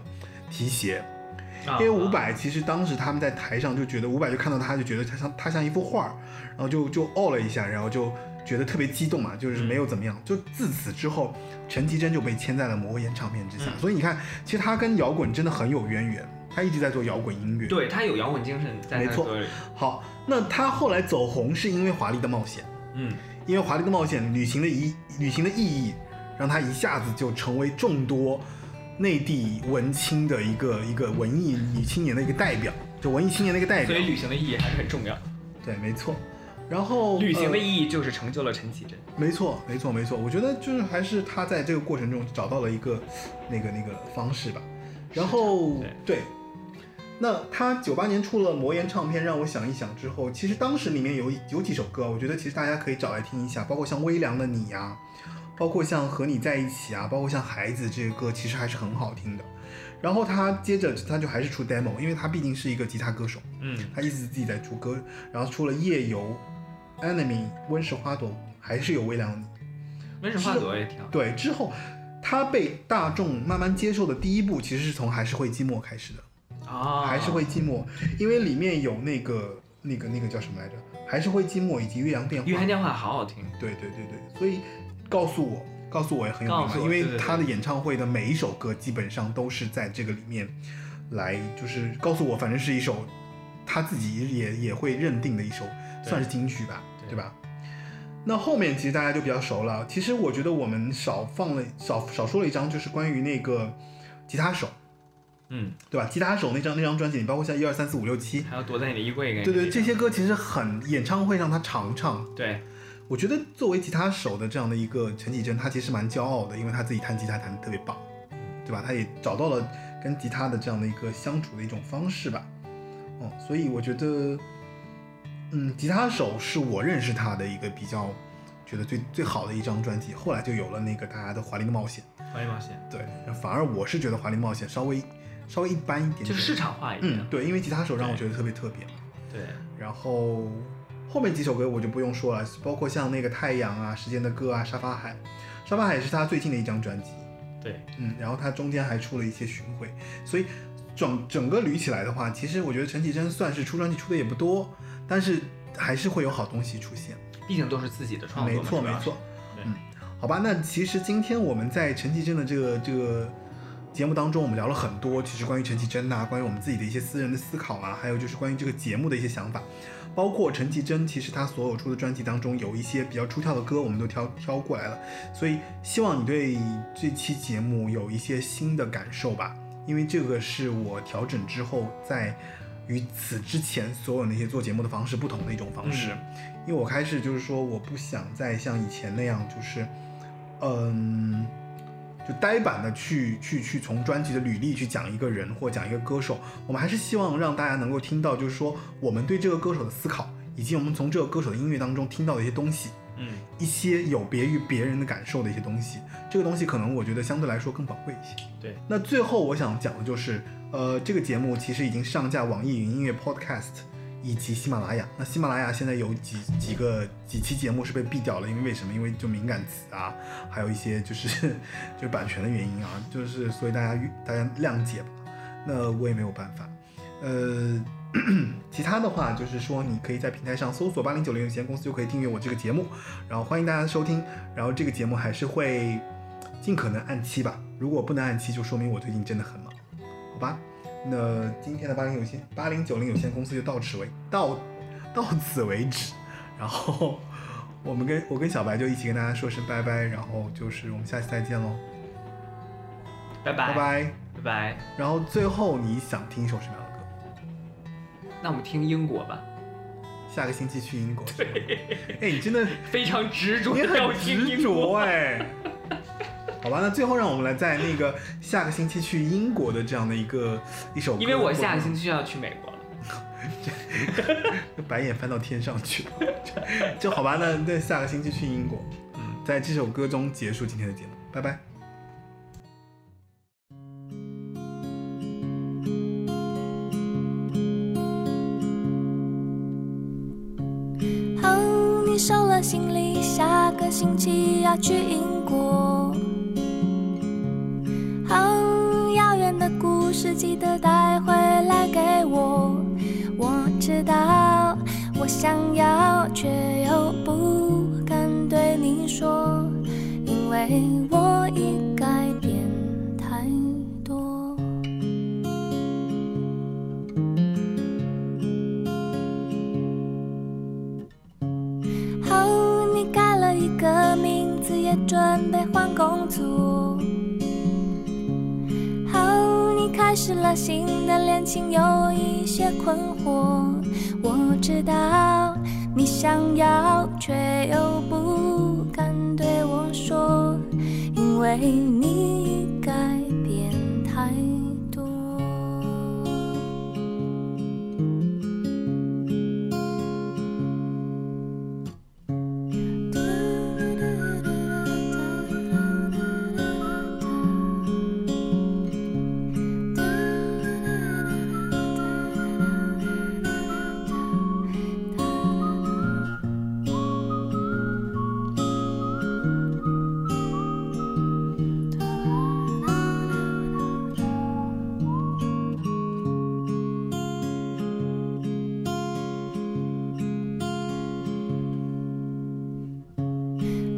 S1: 提携，因
S2: 啊
S1: 为伍佰其实当时他们在台上就觉得伍佰就看到他就觉得他像他像一幅画儿，然后就就哦了一下，然后就觉得特别激动嘛，就是没有怎么
S2: 嗯
S1: 样。就自此之后，陈绮贞就被签在了魔岩唱片之下，
S2: 嗯
S1: 所以你看，其实他跟摇滚真的很有渊源，他一直在做摇滚音乐。，
S2: 对他有摇滚精神在他
S1: 没
S2: 的
S1: 错
S2: 歌里，
S1: 好，那他后来走红是因为《华丽的冒险》。
S2: 嗯，
S1: 因为《华丽的冒险》旅行的意旅行的意义，让他一下子就成为众多内地文青的一个一个文艺女青年的一个代表，就文艺青年的一个代
S2: 所
S1: 表
S2: 以。旅行的意义还是很重要。
S1: 对，没错。然后
S2: 旅行的
S1: 义、
S2: 意义就是成就了陈绮贞。
S1: 呃没错，没错，没错。我觉得就是还是他在这个过程中找到了一个那个那个方式吧。然后
S2: 是这样
S1: 对。那他九八年出了魔岩唱片，让我想一想之后，其实当时里面有有几首歌，我觉得其实大家可以找来听一下，包括像《微凉的你》呀，包括像和你在一起啊，包括像孩子这些歌，其实还是很好听的。然后他接着他就还是出 demo，因为他毕竟是一个吉他歌手，
S2: 嗯，
S1: 他一直自己在出歌，然后出了夜游、Enemy、温室花朵，还是有微凉的你。
S2: 温室花朵也挺好。
S1: 对，之后他被大众慢慢接受的第一步，其实是从还是会寂寞开始的，
S2: 啊，
S1: 还是会寂寞，因为里面有那个那个那个叫什么来着，还是会寂寞以及岳阳电话。
S2: 御寒电话好好听。
S1: 对对对对，所以告诉我，告诉我也很有
S2: 告
S1: 名
S2: 诉
S1: 嘛，
S2: 我
S1: 因
S2: 对对
S1: 为
S2: 对
S1: 他的演唱会的每一首歌基本上都是在这个里面来，就是告诉我，反正是一首他自己也也会认定的一首，
S2: 对
S1: 算是金曲吧，
S2: 对
S1: 对吧？那后面其实大家就比较熟了。其实我觉得我们少放了少少说了一张，就是关于那个吉他手，
S2: 嗯，
S1: 对吧？吉他手那张那张专辑里，包括像一二三四五六七，
S2: 还要躲在你的衣柜跟。
S1: 对对，这些歌其实很演唱会上他常唱，
S2: 对
S1: 我觉得作为吉他手的这样的一个陈绮贞，她其实蛮骄傲的，因为她自己弹吉他弹得特别棒，对吧？她也找到了跟吉他的这样的一个相处的一种方式吧。哦，所以我觉得，嗯，吉他手是我认识他的一个比较觉得最最好的一张专辑。后来就有了那个大家的《华丽的冒险
S2: 华丽冒险》，
S1: 对，然后反而我是觉得《华丽冒险》稍微稍微一般一点点，
S2: 就是市场化一点。
S1: 嗯，对，因为吉他手让我觉得特别特别。
S2: 对，
S1: 然后后面几首歌我就不用说了，包括像那个《太阳》啊、《时间的歌》啊、《沙发海》，《沙发海》是他最近的一张专辑，
S2: 对，
S1: 嗯，然后他中间还出了一些巡回，所以整整个捋起来的话，其实我觉得陈绮贞算是出专辑出的也不多，但是还是会有好东西出现。
S2: 毕竟都是自己的创作
S1: 没
S2: 嘛。
S1: 错，
S2: 主
S1: 没
S2: 要是
S1: 错。。
S2: 对
S1: 嗯，好吧，那其实今天我们在陈绮贞的这个这个节目当中，我们聊了很多，其实关于陈绮贞呐、关于我们自己的一些私人的思考啊，还有就是关于这个节目的一些想法，包括陈绮贞，其实她所有出的专辑当中有一些比较出挑的歌，我们都挑挑过来了，所以希望你对这期节目有一些新的感受吧，因为这个是我调整之后在。与此之前所有那些做节目的方式不同的一种方式，因为我开始就是说，我不想再像以前那样，就是，嗯，就呆板的去去去从专辑的履历去讲一个人或讲一个歌手，我们还是希望让大家能够听到，就是说我们对这个歌手的思考，以及我们从这个歌手的音乐当中听到的一些东西，
S2: 嗯，
S1: 一些有别于别人的感受的一些东西。这个东西可能我觉得相对来说更宝贵一些。
S2: 对，
S1: 那最后我想讲的就是，呃，这个节目其实已经上架网易云音乐 Podcast 以及喜马拉雅。那喜马拉雅现在有几几个几期节目是被毙掉了，因为为什么？因为就敏感词啊，还有一些就是 *laughs* 就版权的原因啊，就是所以大家大家谅解吧。那我也没有办法。呃， *clears throat* 其他的话就是说，你可以在平台上搜索“八零九零有限公司”，就可以订阅我这个节目，然后欢迎大家收听。然后这个节目还是会尽可能按期吧，如果不能按期，就说明我最近真的很忙，好吧？那今天的八零有限八零九零有限公司就到此为到 *laughs* 到此为止，然后我们跟我跟小白就一起跟大家说声拜拜，然后就是我们下期再见喽，
S2: 拜
S1: 拜
S2: 拜，
S1: 拜。
S2: 拜拜。
S1: 然后最后你想听一首什么样的歌？
S2: 那我们听英国吧，
S1: 下个星期去英国。是吗哎，你真的，
S2: 非常执着
S1: 你
S2: 的要
S1: 很
S2: 听
S1: 执
S2: 英国
S1: 着。哎。
S2: *laughs*
S1: 好吧，那最后让我们来在那个下个星期去英国的这样的一个一首歌，
S2: 因为我下个星期就要去美国了。
S1: 白眼翻到天上去了，就好吧。那那下个星期去英国，
S2: 嗯，
S1: 在这首歌中结束今天的节目，拜拜。
S3: 哦，你收了行李，下个星期要去英国。哦，遥远的故事记得带回来给我。我知道我想要，却又不敢对你说，因为我已改变太多。哦，你改了一个名字，也准备换工作。哦，你开始了新的恋情，有一些困惑。我知道你想要，却又不敢对我说，因为你已改变太多。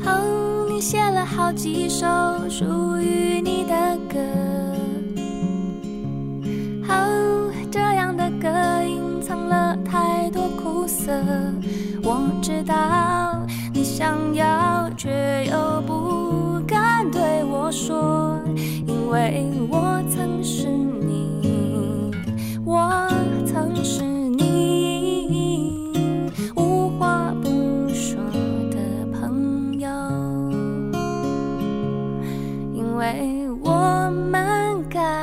S3: 哦，你写了好几首属于你的歌。哦，这样的歌隐藏了太多苦涩。我知道你想要，却又不敢对我说，因为我曾是你，我曾是你无话不说的朋友，因为我们改